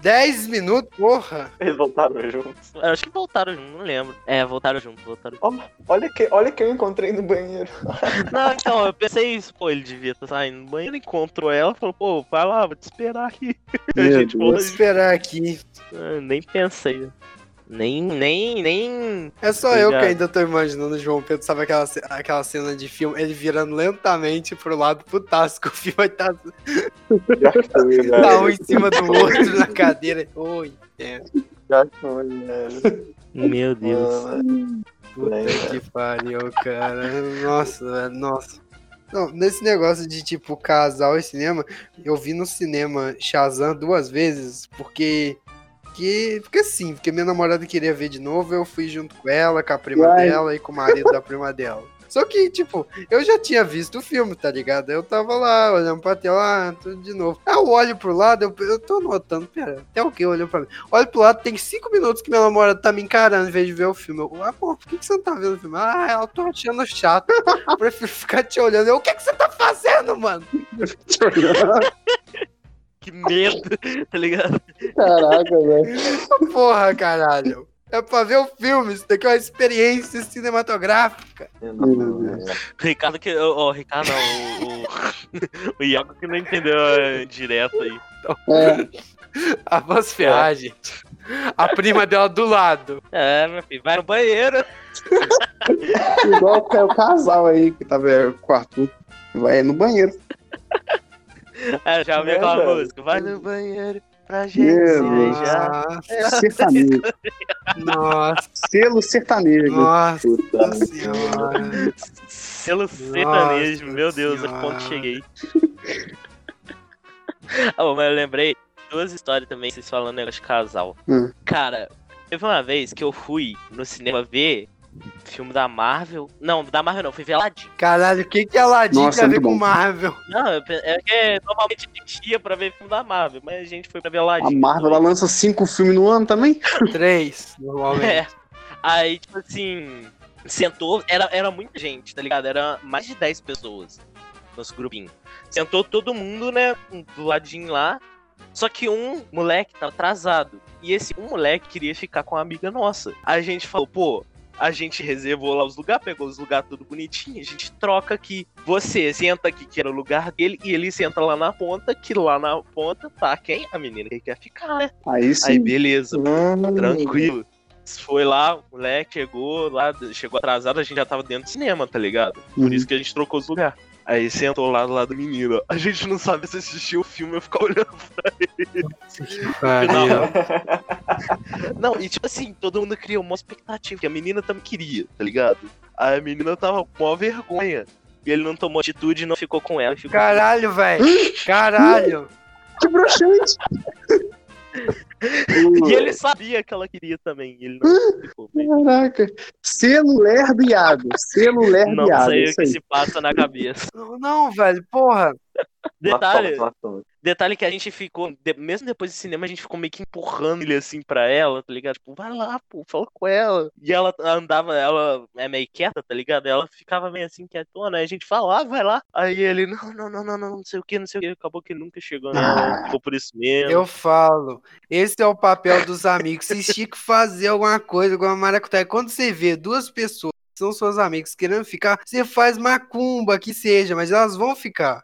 B: Dez minutos? Porra.
C: Eles voltaram juntos.
F: Eu acho que voltaram junto, não lembro. É, voltaram junto, voltaram junto.
C: Olha que, olha que eu encontrei no banheiro.
F: Não, então, eu pensei isso, pô, ele devia estar saindo do banheiro, encontrou ela, falou, pô, vai lá, vou te esperar aqui. A
A: Meu
F: gente
A: Deus.
B: Vou esperar aqui.
F: Ah, nem pensei. Nem, nem, nem.
B: É só eu que
F: Obrigado.
B: ainda tô imaginando o João Pedro, sabe aquela, ce- aquela cena de filme, ele virando lentamente pro lado putasco, o filme vai estar tá,
C: Já foi, velho.
B: tá um em cima do outro na cadeira. Oi, é,
C: Já foi, velho.
F: Meu Deus.
C: Mano,
B: puta
C: É.
B: que pariu, cara. Nossa, velho, nossa. Não, nesse negócio de tipo casal e cinema, eu vi no cinema Shazam duas vezes, porque. Que, porque sim, porque minha namorada queria ver de novo, eu fui junto com ela, com a prima
A: Uai.
B: dela e com o marido da prima dela. Só que, tipo, eu já tinha visto o filme, tá ligado? Eu tava lá, olhando pra tela, ah, tudo de novo. Aí eu olho pro lado, eu, eu tô notando, pera, até o que olhou pra mim? Olho pro lado, tem cinco minutos que minha namorada tá me encarando em vez de ver o filme. Eu, ah, pô, por que, que você não tá vendo o filme? Ah, eu tô achando chato. Eu prefiro ficar te olhando. Eu, o que, que você tá fazendo, mano?
F: Que medo, tá ligado?
A: Caraca, velho.
B: Porra, caralho. É pra ver o filme, isso daqui é uma experiência cinematográfica.
F: Ricardo que. Ó, ó, Ricardo não, o. o- O Iago que não entendeu é, direto aí.
A: É,
B: A voz ferrar, gente. É. A prima dela do lado.
F: É, meu filho, vai no banheiro.
A: igual é o casal aí que tava é, com o Arthur. Vai no banheiro.
F: É, já ouvi
C: É,
F: aquela
C: velho.
F: música. Vai no banheiro pra gente se
A: Meu Deus.
F: beijar.
A: Sertanejo.
B: nossa,
A: Selo sertanejo.
B: nossa
C: Puta
B: senhora.
F: Selo sertanejo,
B: Nossa
F: meu Deus, a que ponto
B: Senhora.
F: cheguei. Ah, bom, mas eu lembrei duas histórias também, vocês falando um negócio de casal.
A: Hum.
F: Cara, teve uma vez que eu fui no cinema ver filme da Marvel. Não, da Marvel não, fui ver Aladdin.
B: Caralho, o que que Aladdin
A: Nossa, é
B: tem a ver
A: muito
B: com
A: bom.
B: Marvel?
F: Não, eu pe- é que normalmente a gente ia pra ver filme da Marvel, mas a gente foi pra ver Aladdin.
A: A Marvel ela lança cinco filmes no ano também?
B: Três, normalmente.
F: É. Aí, tipo assim, sentou, era, era muita gente, tá ligado? Era mais de 10 pessoas. nosso grupinho. Sentou todo mundo, né, do ladinho lá. Só que um moleque tava atrasado. E esse um moleque queria ficar com uma amiga nossa. A gente falou, pô, a gente reservou lá os lugares, pegou os lugares tudo bonitinho, a gente troca aqui. Você senta aqui, que era o lugar dele, e ele senta lá na ponta, que lá na ponta tá quem? A menina que quer ficar, né?
A: Aí sim.
F: Aí, beleza.
A: Hum,
F: Tranquilo. Foi lá, o moleque chegou lá, chegou atrasado, a gente já tava dentro do cinema, tá ligado? Por
A: Uhum.
F: isso que a gente trocou os lugares. Aí sentou lá do lado do menino. A gente não sabe se assistiu o filme ou ficar olhando.
B: Pariu.
F: Não, e tipo assim, todo mundo criou uma expectativa, que a menina também queria, tá ligado? Aí a menina tava com maior vergonha. E ele não tomou atitude e não ficou com ela. e Ficou...
B: Caralho, velho. Caralho.
A: Que broxante!
F: E ele sabia que ela queria também. e ele
A: Hum?
F: não ficou. com ele.
A: Caraca. Selo lerdo e água. Selo lerdo
F: Não
A: e água.
F: sei
A: É,
F: o
A: Isso
F: que
A: aí.
F: se passa na cabeça.
B: Não, velho, porra.
F: Detalhe,
C: Latão, latão.
F: Detalhe que a gente ficou, de- mesmo depois do cinema, a gente ficou meio que empurrando ele assim pra ela, tá ligado? Tipo, vai lá, pô, fala com ela. E ela andava, ela é meio quieta, tá ligado? Ela ficava meio assim quietona, aí a gente falava, ah, vai lá. Aí ele, não, não, não, não, não, não sei o que, não sei o que. Acabou que nunca chegou nela, ficou por isso mesmo.
B: Eu falo. Esse é o papel dos amigos. Vocês tinham que fazer alguma coisa, alguma maracutaia. Quando você vê duas pessoas que são seus amigos querendo ficar, você faz macumba, que seja, mas elas vão ficar.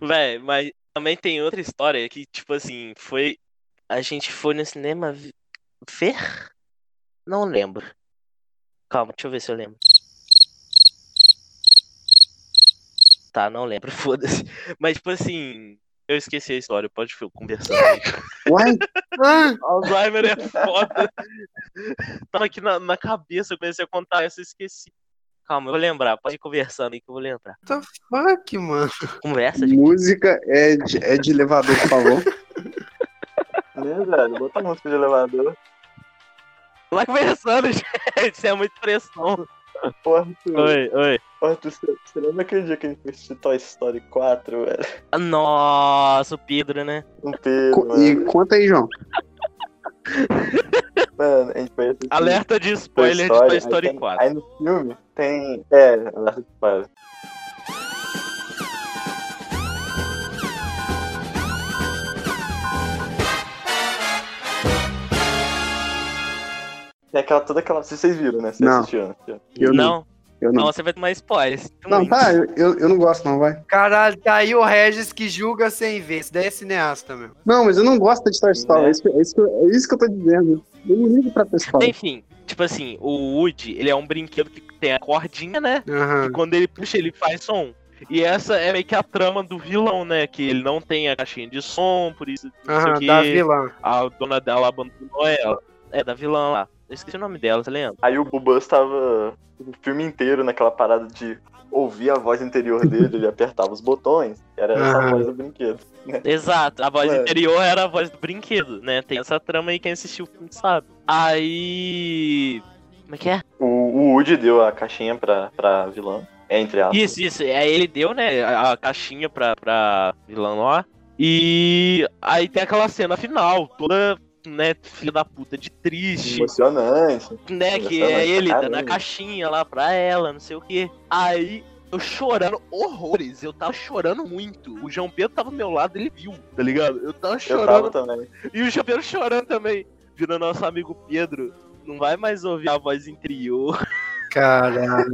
F: Véi, mas também tem outra história que, tipo assim, foi. A gente foi no cinema vi- ver? Não lembro. Calma, deixa eu ver se eu lembro. Tá, não lembro, foda-se. Mas, tipo assim, eu esqueci a história, pode fi- conversar.
A: Uai,
B: Ah,
F: Alzheimer é foda. Tava aqui na, na cabeça, eu comecei a contar essa e esqueci. Calma, eu vou lembrar, pode ir conversando aí que eu vou lembrar.
B: what the fuck, mano.
F: Conversa, gente.
A: música é de, é de elevador, por favor.
C: Né, velho? Bota a música de elevador.
F: Vai conversando, gente. Isso é muita pressão.
C: Ô, Arthur,
F: Oi, oi.
C: ô, Arthur, você você lembra aquele dia que a gente assistiu Toy Story 4, velho?
F: Nossa, o Pedro, né?
C: Um peso,
A: Co-
C: mano.
A: E conta aí, João.
C: Mano, a gente foi assistir
F: Alerta de spoiler de Toy Story
C: aí, tem-
F: 4.
C: aí no filme tem. É, alerta de spoiler. Tem aquela, toda aquela. Vocês viram, né? Vocês
A: Não.
C: assistiram. assistiram.
A: Eu não.
F: não,
A: Eu
F: não,
A: não.
F: você vai tomar spoiler. Você tem um
A: Não,
F: link.
A: tá, eu- eu, eu não gosto, não, vai.
B: Caralho, tá aí o Regis que julga sem ver. Esse daí é cineasta, meu.
A: Não, mas eu não gosto de Toy Story.
C: Né?
A: É, isso, que- é, isso, que eu- é isso que eu tô dizendo. Eu não ligo pra Toy Story.
F: Enfim, tipo assim, o Woody, ele é um brinquedo que tem a cordinha, né?
B: Aham.
F: E quando ele puxa, ele faz som. E essa é meio que a trama do vilão, né? Que ele não tem a caixinha de som, por isso não sei
B: Aham,
F: o quê.
B: da vilã.
F: A dona dela abandonou ela. É, da vilã lá. Eu esqueci o nome dela, você lembra?
C: Aí o Bubus tava o filme inteiro naquela parada de ouvir a voz interior dele, ele apertava os botões, era essa
B: Aham.
C: voz do brinquedo.
F: Exato, a voz
C: Ué.
F: interior era a voz do brinquedo, né? Tem essa trama aí, quem assistiu o filme sabe. Aí. Como é que é?
C: O, o Woody deu a caixinha pra, pra vilã, é entre aspas.
F: Isso, isso. Aí ele deu, né, a a caixinha pra, pra vilã lá. E aí tem aquela cena final, toda, né, filha da puta de triste,
C: Emocionante.
F: né, que é
C: emocionante,
F: ele dando a
C: caramba.
F: caixinha lá pra ela, não sei o quê. Aí eu chorando horrores, eu tava chorando muito. O João Pedro tava do meu lado, ele viu, tá ligado? Eu tava
C: Eu
F: chorando
C: tava também.
F: e o Chapeiro chorando também, virando nosso amigo Pedro. Não vai mais ouvir a voz interior.
B: Caralho.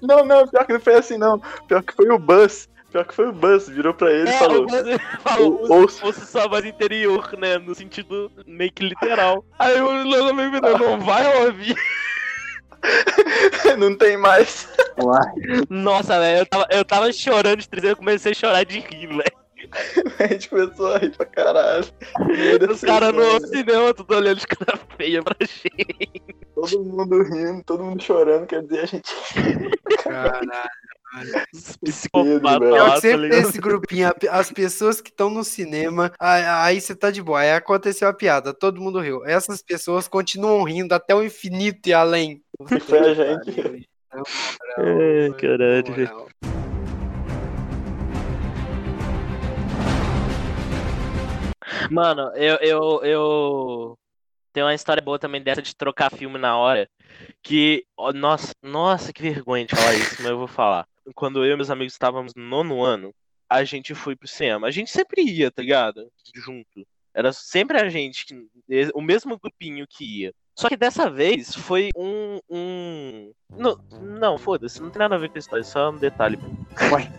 C: Não, não, pior que não foi assim, não. Pior que foi o Buzz. Pior que foi o Buzz, virou pra
F: É,
C: ele e falou.
F: você falou
C: "Ou-
F: como
C: ouça."
F: se fosse sua voz interior, né? No sentido meio que literal. Aí o Lula me virou, não vai ouvir.
C: não tem mais.
A: Uai.
F: Nossa, velho, eu tava, eu tava chorando de tristeza, eu comecei a chorar de rir, velho.
C: A gente começou a rir pra caralho. assim, Meu Deus
F: Os
C: do
F: caras
C: céu,
F: no cinema, tudo olhando de cara feia pra gente.
C: Todo mundo rindo, todo mundo chorando, quer dizer, a gente.
B: Caralho.
F: Os
B: Pior
C: velho.
F: psicopatas
B: que
F: lá, tá
B: sempre tem
F: ligado?
B: esse grupinho, a- as pessoas que estão no cinema, a- aí você tá de boa. Aí aconteceu a piada, todo mundo riu. Essas pessoas continuam rindo até o infinito e além.
C: E foi a gente.
F: É, caralho, velho. Mano, eu, eu, eu. Tem uma história boa também dessa de trocar filme na hora. Que. ó, nossa, nossa, que vergonha de falar isso, mas eu vou falar. Quando eu e meus amigos estávamos no nono ano, a gente foi pro cinema. A gente sempre ia, tá ligado? Junto. Era sempre a gente, que- o mesmo grupinho que ia. Só que dessa vez foi um. um... Não, não foda-se, não tem nada a ver com a história, só um detalhe.
A: Ué,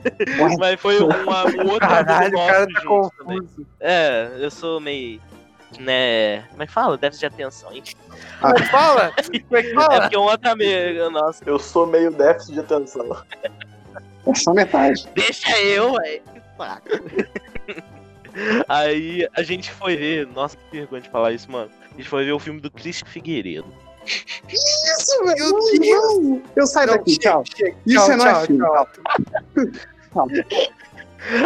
F: Mas foi uma, um outro
B: Caralho,
F: amigo
B: o cara
F: nosso
B: tá
F: junto também.
B: confuso.
F: É, eu sou meio. Né. Como é que fala? Déficit de atenção, hein?
B: Como é que fala? Como é que
F: É
B: fala?
F: porque um outro amigo nosso.
C: Eu sou meio déficit de atenção.
A: É só metade.
F: Deixa eu, ué. que saco. Aí a gente foi ver. Nossa, que vergonha de falar isso, mano. A gente foi ver o filme do Cristo Figueiredo.
A: Isso, velho.
B: Meu Deus.
A: não, não. Eu saio daqui,
B: chega,
A: é tchau.
B: chega.
A: Isso é
B: Tchau,
A: nóis,
B: tchau,
A: filho.
B: tchau.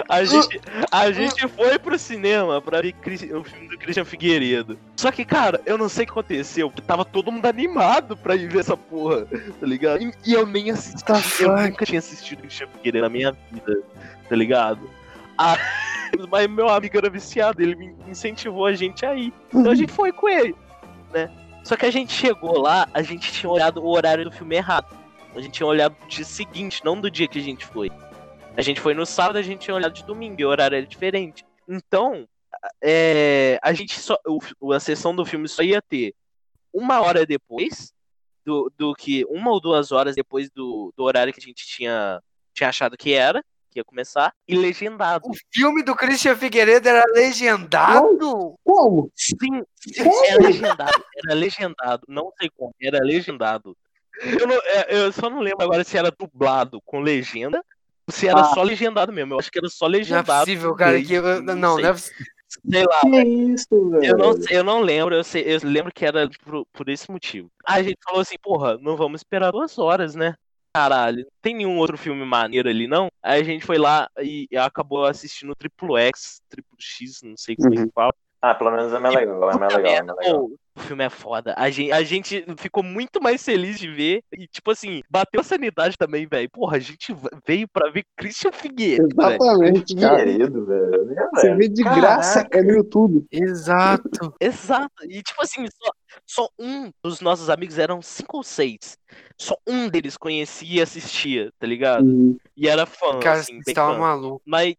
F: A gente, a gente foi pro cinema pra ver Cris- o filme do Christian Figueiredo. Só que, cara, eu não sei o que aconteceu, porque tava todo mundo animado pra ir ver essa porra, tá ligado? E, e eu nem assisti.
B: What the
F: eu
B: fuck?
F: nunca tinha assistido Christian Figueiredo na minha vida, tá ligado? Ah, mas meu amigo era viciado, ele me incentivou a gente a ir. Então a gente foi com ele, né? Só que a gente chegou lá, a gente tinha olhado o horário do filme errado. A gente tinha olhado do dia seguinte, não do dia que a gente foi. A gente foi no sábado, a gente tinha olhado de domingo, e o horário era diferente. Então, é, a gente só. o fi- a sessão do filme só ia ter uma hora depois do, do que. Uma ou duas horas depois do, do horário que a gente tinha, tinha achado que era, que ia começar, e legendado.
B: O filme do Christian Figueiredo era legendado? é
A: Como?
F: Sim, é
A: Como?
F: era legendado, era legendado, não sei como, era legendado. Eu, não- é, eu só não lembro agora se era dublado com legenda ou se era
A: Ah.
F: só legendado mesmo. Eu acho que era só
B: Não é
F: legendado.
B: possível, cara.
F: inglês,
B: Que... eu- Não, não
F: sei.
B: é possível.
F: Sei lá,
A: Que é isso, velho.
F: Eu não, sei- eu não lembro, eu, sei- eu lembro que era por, por esse motivo. A gente falou assim, porra, não vamos esperar duas horas, né? Caralho, não tem nenhum outro filme maneiro ali, não? Aí a gente foi lá e acabou assistindo o Triple X, Triple X, não sei como é que fala.
C: Ah, pelo menos é mais legal, é mais
F: Puta
C: legal, é
F: merda,
C: mais legal.
F: pô, o filme é foda. A gente, a gente ficou muito mais feliz de ver. E, tipo assim, bateu a sanidade também, velho. Porra, a gente veio pra ver Christian Figueiredo, velho.
A: Exatamente, cara.
C: Querido, é velho. né,
A: Você
C: velho?
A: vê de
C: Caraca.
A: graça, é no YouTube.
B: Exato.
F: Exato. E tipo assim, só, só um dos nossos amigos eram cinco ou seis. Só um deles conhecia e assistia, tá ligado?
A: Uhum.
F: E era fã,
B: Cara,
F: assim,
B: você
F: bem
B: tava
F: fã.
B: maluco.
F: Mas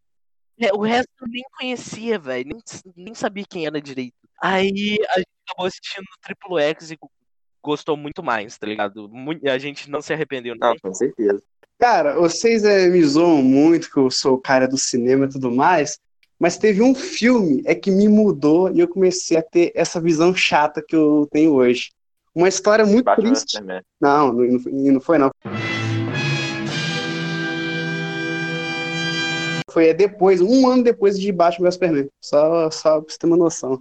F: é, o resto eu nem conhecia, velho. Nem, nem sabia quem era direito. Aí a gente acabou assistindo o Triple X e go- gostou muito mais, tá ligado? Mui- a gente não se arrependeu, né? não.
C: Não, com certeza.
A: Cara, vocês eh, me zoam muito que eu sou o cara do cinema e tudo mais, mas teve um filme é que me mudou e eu comecei a ter essa visão chata que eu tenho hoje. Uma história muito
C: Batman vs
A: triste.
C: Superman.
A: Não, não, não foi- não foi não. Foi é, depois, um ano depois de Batman vs Superman. Só, só pra você ter uma noção.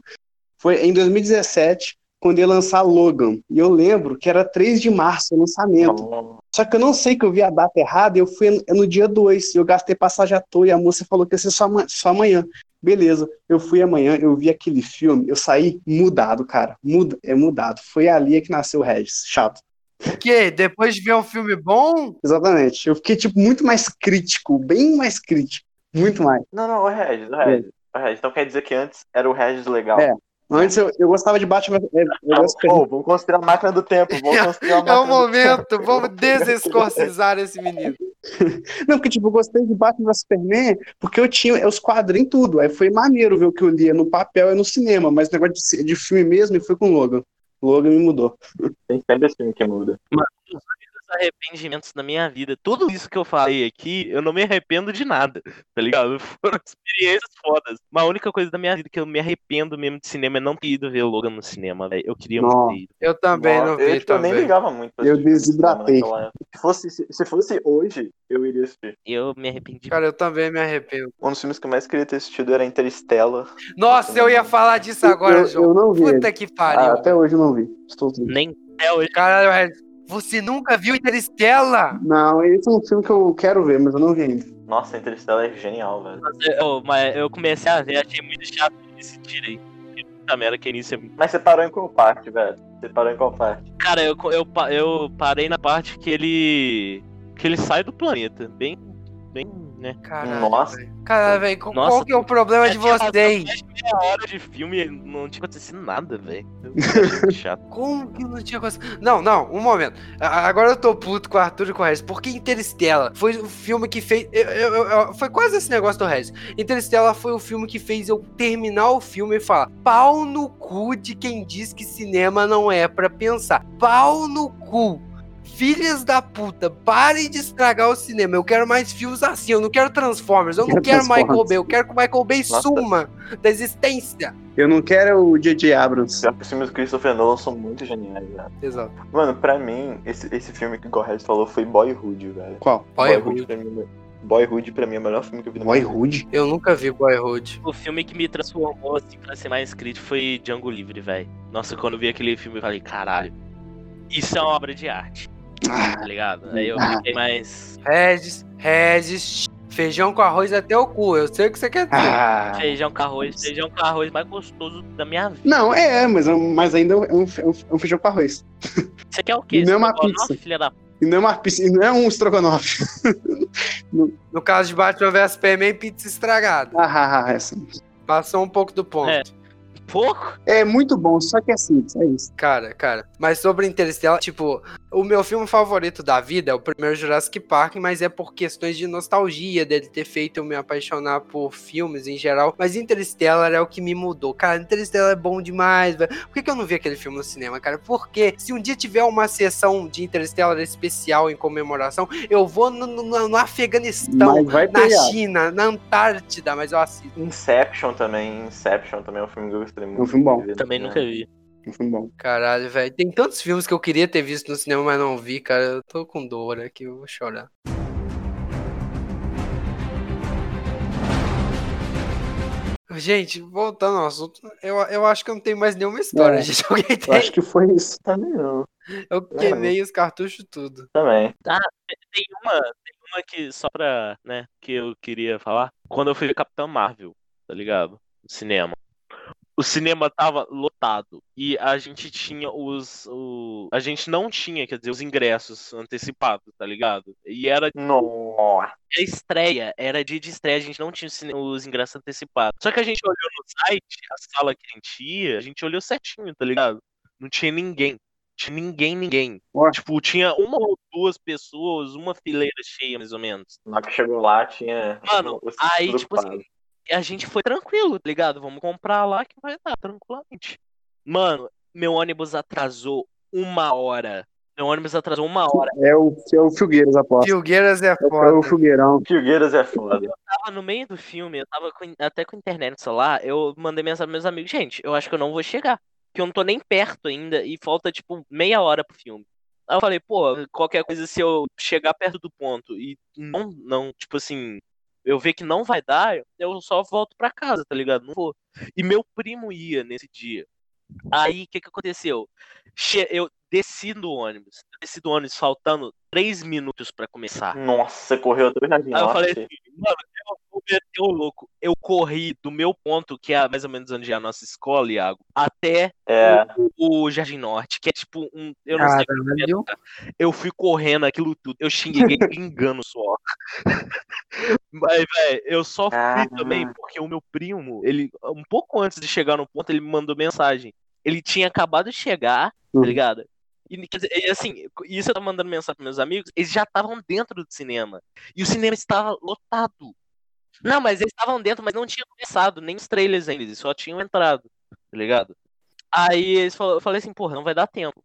A: Foi em 2017, quando ia lançar Logan. E eu lembro que era 3 de março o lançamento.
C: Então,
A: Só que eu não sei que eu vi a data errada, eu fui no- no dia 2, eu gastei passagem à toa e a moça falou que ia ser só, ama- só amanhã. Beleza, eu fui amanhã, eu vi aquele filme, eu saí mudado, cara. Muda, é mudado. Foi ali que nasceu o Regis, chato.
B: O quê? Depois de ver um filme bom?
A: Exatamente. Eu fiquei, tipo, muito mais crítico, bem mais crítico. Muito mais.
C: Não, não, o Regis, o Regis. O Regis. Então quer dizer que antes era o Regis legal.
A: É, Antes eu, eu gostava de Batman. é, Eu,
C: Ah,
A: gosto de-
C: pô, vamos construir a máquina do tempo. Vamos construir a
B: É
C: máquina
B: o
C: do tempo.
B: momento. Vamos desescorcizar esse menino.
A: Não, porque, tipo, eu gostei de Batman vs Superman porque eu tinha os quadrinhos e tudo. Aí foi maneiro ver o que eu lia no papel e no cinema, mas o negócio de, ci- de filme mesmo foi com o Logan. O Logan me mudou.
C: Tem sempre esse filme que muda.
F: Os arrependimentos da minha vida. Tudo isso que eu falei aqui, eu não me arrependo de nada, tá ligado? Foram experiências fodas. Mas a única coisa da minha vida que eu me arrependo mesmo de cinema é não ter ido ver Logan no cinema, velho. Eu queria muito
A: Nossa.
F: ter ido.
B: Eu também Tá não
C: Nossa, eu,
B: vi
C: tipo, eu nem
B: também.
C: ligava muito. pra
A: Eu
C: esse filme,
A: desidratei.
C: naquela época. Se fosse, se, se fosse hoje, eu iria assistir.
F: Eu me arrependi.
B: Cara, eu também me arrependo.
C: Um dos filmes que eu mais queria ter assistido era Interstellar.
B: Nossa, eu ia falar disso agora,
A: eu, eu
B: João.
A: não vi. ele.
B: Puta que
A: Ah,
B: pariu.
A: até hoje eu não vi. Estou triste.
F: Nem até hoje.
B: Caralho, Regis, você nunca viu Interestela?
A: Não, esse é um filme que eu quero ver, mas eu não vi ainda.
C: Nossa, Interstellar é genial, velho.
F: Mas eu, mas eu comecei a ver, achei muito chato esse tiro aí. Puta merda, que início é muito.
C: Mas você parou em qual parte, velho? Você parou em qual parte?
F: Cara, eu, eu, pa- eu parei na parte que ele. que ele sai do planeta. Bem. né? bem.
B: Caralho,
C: Nossa.
B: velho. Caralho, velho, qual,
F: Nossa.
B: qual que é o problema de
F: Tinha
B: vocês?
F: passado mais meia hora de filme e não tinha acontecido nada, velho. Eu- Chato.
B: Como que não tinha acontecido? Não, não, um momento. A- Agora eu tô puto com o Arthur e com o Regis. Por que Interestela foi o filme que fez. eu- eu- eu- eu- foi quase esse negócio do Regis. Interestela foi o filme que fez eu terminar o filme e falar: pau no cu de quem diz que cinema não é pra pensar. Pau no cu. Filhas da puta, parem de estragar o cinema. Eu quero mais filmes assim. Eu não quero Transformers. Eu não
A: Quero
B: quero Michael
A: Transformers.
B: Bay. Eu quero que o Michael Bay
C: Nossa.
B: suma da existência.
A: Eu não quero o J.J. Abrams.
C: Pior que os filmes do Christopher Nolan são muito geniais, velho.
B: Exato.
C: Mano, pra mim, esse, esse filme que o Gorred falou foi Boyhood, velho.
A: Qual?
B: Boyhood.
C: pra mim, é- Boyhood pra mim é o melhor filme que eu vi na minha vida.
A: Boyhood?
B: Eu nunca vi Boyhood.
F: O filme que me transformou, assim, pra ser mais crítico foi Django Livre, velho. Nossa, quando eu vi aquele filme, eu falei, caralho. Isso é uma obra de arte,
A: Ah,
F: tá ligado? Aí eu fiquei mais.
B: Regis, Regis, feijão com arroz até o cu. Eu sei o que você quer dizer.
A: ah.
F: Feijão com arroz, feijão com arroz mais gostoso da minha vida.
A: Não, é, mas, mas ainda é um, é um- é um feijão com arroz.
F: Você quer o quê?
A: Não é uma
F: Estrogonofe,
A: pizza.
F: filha da
A: E não é, uma, pizza- e não é um estrogonofe.
B: No caso de Batman vs Superman, pizza estragada.
A: Ah, ah, ah, é, assim.
B: Passou um pouco do ponto.
F: É. porco?
A: é muito bom, só que é simples, é isso.
B: Cara, cara. Mas sobre Interstellar, tipo, o meu filme favorito da vida é o primeiro Jurassic Park, mas é por questões de nostalgia dele ter feito eu me apaixonar por filmes em geral. Mas Interstellar é o que me mudou. Cara, Interstellar é bom demais, velho. Por que, que eu não vi aquele filme no cinema, cara? Porque se um dia tiver uma sessão de Interstellar especial em comemoração, eu vou no, no- no Afeganistão.
A: mas é. vai
B: na
A: pegar.
B: China, na Antártida, mas eu assisto.
C: Inception também, Inception também é um filme que eu gostei muito.
A: É um filme bom.
C: de ver,
F: Também
C: né?
F: nunca vi.
A: Um filme bom.
B: Caralho, velho. Tem tantos filmes que eu queria ter visto no cinema, mas não vi, cara. Eu tô com dor aqui, eu vou chorar. Gente, voltando ao assunto, eu, eu acho que eu não tenho mais nenhuma história,
A: É.
B: gente. Alguém
A: Eu
B: tem?
A: acho que foi isso.
C: Também Tá não.
B: Eu queimei os cartuchos tudo.
C: Também.
F: Tem uma, tem uma que, só pra, né, que eu queria falar. Quando eu fui ver Capitão Marvel, tá ligado? No cinema. O cinema tava lotado. E a gente tinha os. o- A gente não tinha, quer dizer, os ingressos antecipados, tá ligado? E era
C: Nossa.
F: a estreia, era dia de estreia, a gente não tinha os cine- os ingressos antecipados. Só que a gente olhou no site, a sala que a gente ia, a gente olhou certinho, tá ligado? Não tinha ninguém. Tinha ninguém, ninguém.
A: Ó.
F: Tipo, tinha uma ou duas pessoas, uma fileira cheia, mais ou menos.
C: Na hora que chegou lá tinha.
F: Mano,
C: os-
F: aí,
C: tudo
F: tipo assim,
C: pago.
F: E a gente foi tranquilo, tá ligado? Vamos comprar lá que vai dar, tranquilamente. Mano, meu ônibus atrasou uma hora. Meu ônibus atrasou uma hora.
A: É o, é o Filgueiras, aposto.
B: Filgueiras é
A: É o- É o
B: foda.
A: Filgueirão.
C: Filgueiras é foda.
F: tava no meio do filme, eu tava com- até com internet no celular, eu mandei mensagem pros meus amigos, gente, eu acho que eu não vou chegar. Porque eu não tô nem perto ainda e falta, tipo, meia hora pro filme. Aí eu falei, pô, qualquer coisa se eu chegar perto do ponto e não, não, tipo assim, eu ver que não vai dar, eu só volto pra casa, tá ligado? Não vou. E meu primo ia nesse dia. Aí, o que que aconteceu? Che- eu desci do ônibus. Eu desci do ônibus faltando três minutos pra começar.
C: Nossa, você correu até o Jardim
F: Aí eu
C: Norte.
F: falei assim, mano, eu vou meter o louco. Eu corri do meu ponto, que é mais ou menos onde é a nossa escola, Iago, até
C: É.
F: o, o Jardim Norte, que é tipo um. Eu não
B: Ah,
F: sei o que é,
B: Caralho.
F: cara. Eu fui correndo aquilo tudo. Eu xinguei engano só. Mas, velho, eu só fui
C: Ah.
F: também porque o meu primo, ele, um pouco antes de chegar no ponto, ele me mandou mensagem. Ele tinha acabado de chegar,
A: Hum.
F: tá ligado? E, quer dizer, e, assim, isso eu tava mandando mensagem pros meus amigos, eles já estavam dentro do cinema. E o cinema estava lotado. Não, mas eles estavam dentro, mas não tinha começado, nem os trailers ainda, eles só tinham entrado, tá ligado? Aí eles fal- eu falei assim, porra, não vai dar tempo.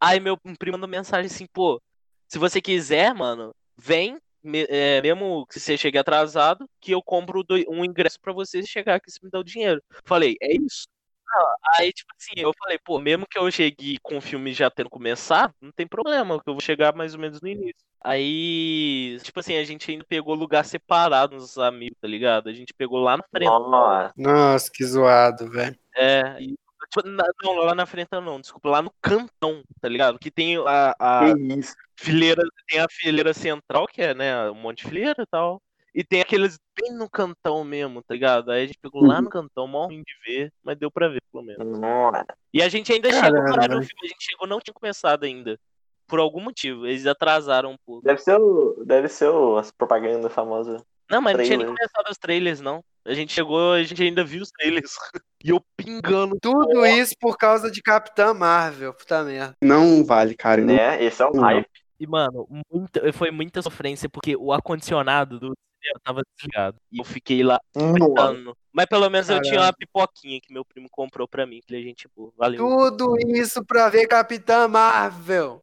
F: Aí meu primo mandou mensagem assim, pô, se você quiser, mano, vem, me- é, mesmo que você chegue atrasado, que eu compro do- um ingresso pra você chegar aqui, você me dá o dinheiro. Falei, é isso. Ah, Aí, tipo assim, eu falei, pô, mesmo que eu chegue com o filme já tendo começado, não tem problema, que eu vou chegar mais ou menos no início. Aí, tipo assim, a gente ainda pegou lugar separado nos amigos, tá ligado? A gente pegou lá na frente.
C: Nossa.
B: Nossa, que zoado, velho.
F: É, e- tipo, na- não, lá na frente não, desculpa, lá no cantão, tá ligado? Que tem a, a
A: É
C: Que isso.
F: fileira, tem a fileira central, que é, né, um monte de fileira e tal. E tem aqueles bem no cantão mesmo, tá ligado? Aí a gente pegou lá no cantão, mó ruim de ver, mas deu pra ver, pelo menos.
C: Nossa.
F: E a gente ainda
B: Caralho,
F: chegou no horário do
B: velho.
F: filme, a gente chegou, não tinha começado ainda. Por algum motivo, eles atrasaram um pouco.
C: Deve ser, o, deve ser o, as propagandas famosas.
F: Não, mas não tinha nem
C: Trailer.
F: começado os trailers, não. A gente chegou, a gente ainda viu os trailers. E eu pingando.
B: Tudo isso por causa de Capitã Marvel, puta merda.
A: Não vale, cara. não-
C: Né? Esse é um
A: Não.
C: hype.
F: E, mano, muita, foi muita sofrência porque o ar-condicionado do cinema tava desligado. E eu fiquei lá
C: Nossa.
F: gritando. Mas pelo menos eu
B: Caralho.
F: tinha uma pipoquinha que meu primo comprou pra mim. Falei, gente, boa, valeu.
B: Tudo isso pra ver Capitã Marvel.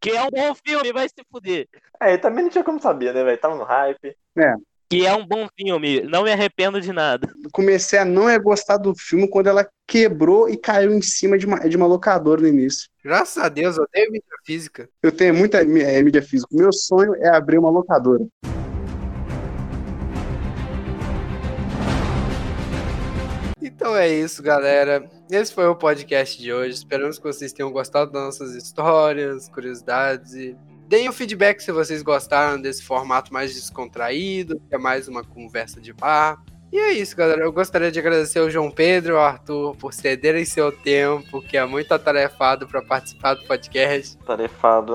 F: Que é um bom filme, vai se fuder.
C: É, também não tinha como saber, né, velho? Tava no hype.
F: Que é um bom filme, não me arrependo de nada.
A: Comecei a não é gostar do filme quando ela quebrou e caiu em cima de uma, de uma locadora no início.
B: Graças a Deus, eu odeio mídia física.
A: Eu tenho muita mí- é, mídia física. Meu sonho é abrir uma locadora.
B: Então é isso, galera. Esse foi o podcast de hoje. Esperamos que vocês tenham gostado das nossas histórias, curiosidades. e Deem o feedback se vocês gostaram desse formato mais descontraído, que é mais uma conversa de bar. E é isso, galera. Eu gostaria de agradecer ao João Pedro e ao Arthur por cederem seu tempo, que é muito atarefado para participar do podcast.
C: Tarefado,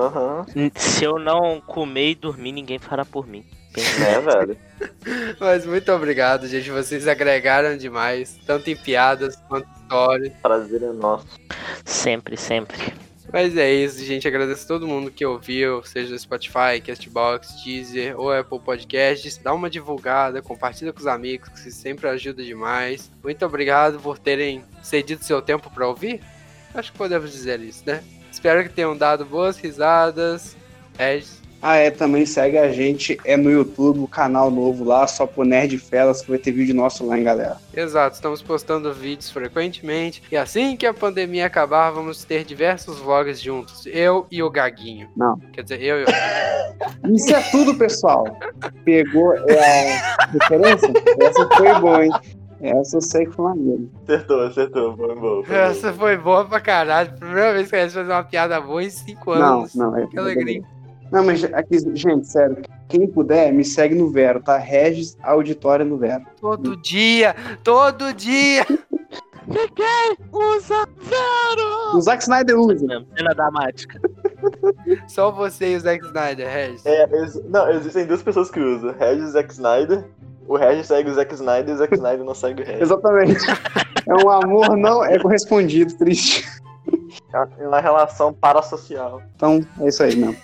C: aham.
F: Se eu não comer e dormir, ninguém fará por mim.
C: Né, velho?
B: Mas muito obrigado, gente. Vocês agregaram demais, tanto em piadas quanto em histórias.
C: Prazer é nosso.
F: Sempre, sempre.
B: Mas é isso, gente. Agradeço a todo mundo que ouviu, seja no Spotify, Castbox, Deezer ou Apple Podcasts. Dá uma divulgada, compartilha com os amigos, que isso sempre ajuda demais. Muito obrigado por terem cedido seu tempo para ouvir. Acho que podemos dizer isso, né? Espero que tenham dado boas risadas. Regis.
A: Ah, é, também segue a gente, é no YouTube, o canal novo lá, só por Nerd Felas, que vai ter vídeo nosso lá, hein, galera.
B: Exato, estamos postando vídeos frequentemente. E assim que a pandemia acabar, vamos ter diversos vlogs juntos. Eu e o Gaguinho.
A: Não.
B: Quer dizer, eu e o.
A: Isso é tudo, pessoal. Pegou é, a referência? Essa foi boa, hein? Essa eu sei que foi maneiro.
C: Acertou, acertou. Foi bom. Foi bom.
B: Essa É, foi boa pra caralho. Primeira vez que a gente fez uma piada boa em 5
A: Não,
B: anos.
A: não, é.
B: Que alegria.
A: Não, mas aqui, gente, sério, quem puder, me segue no Vero, tá? Regis Auditória no Vero.
B: Todo dia, todo dia.
F: Usa
A: O Zack Snyder usa.
F: mesmo, cena dramática.
B: Só você e o Zack Snyder, Regis.
C: É, ex- não, existem duas pessoas que usam. Regis e Zack Snyder. O Regis segue o Zack Snyder e o Zack Snyder não segue o Regis.
A: Exatamente. É um amor não é correspondido, triste.
C: É uma- é uma relação parassocial.
A: Então, é isso aí mesmo.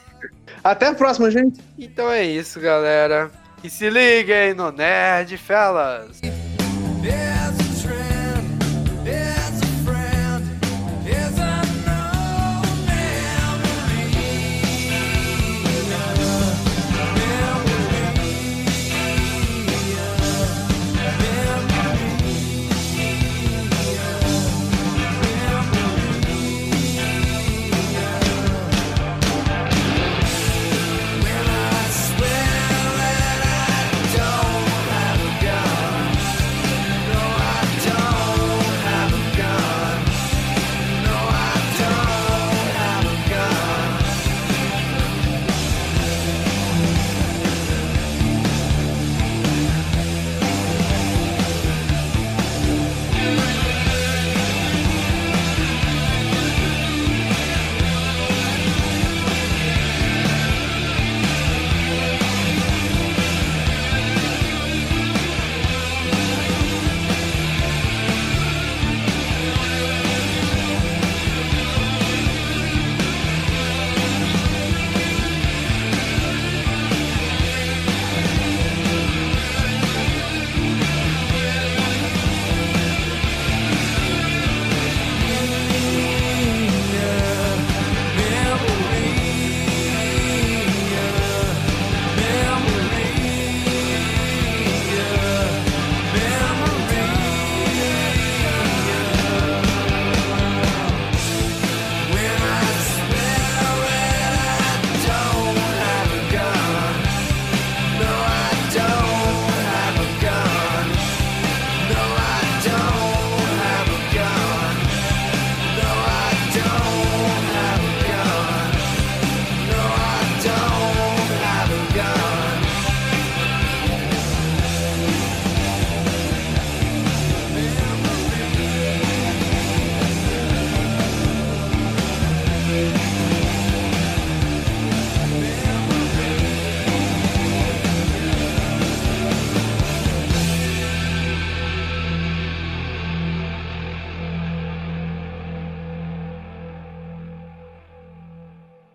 A: Até a próxima, gente.
B: Então é isso, galera. E se liguem no Nerd Fellas.
G: There's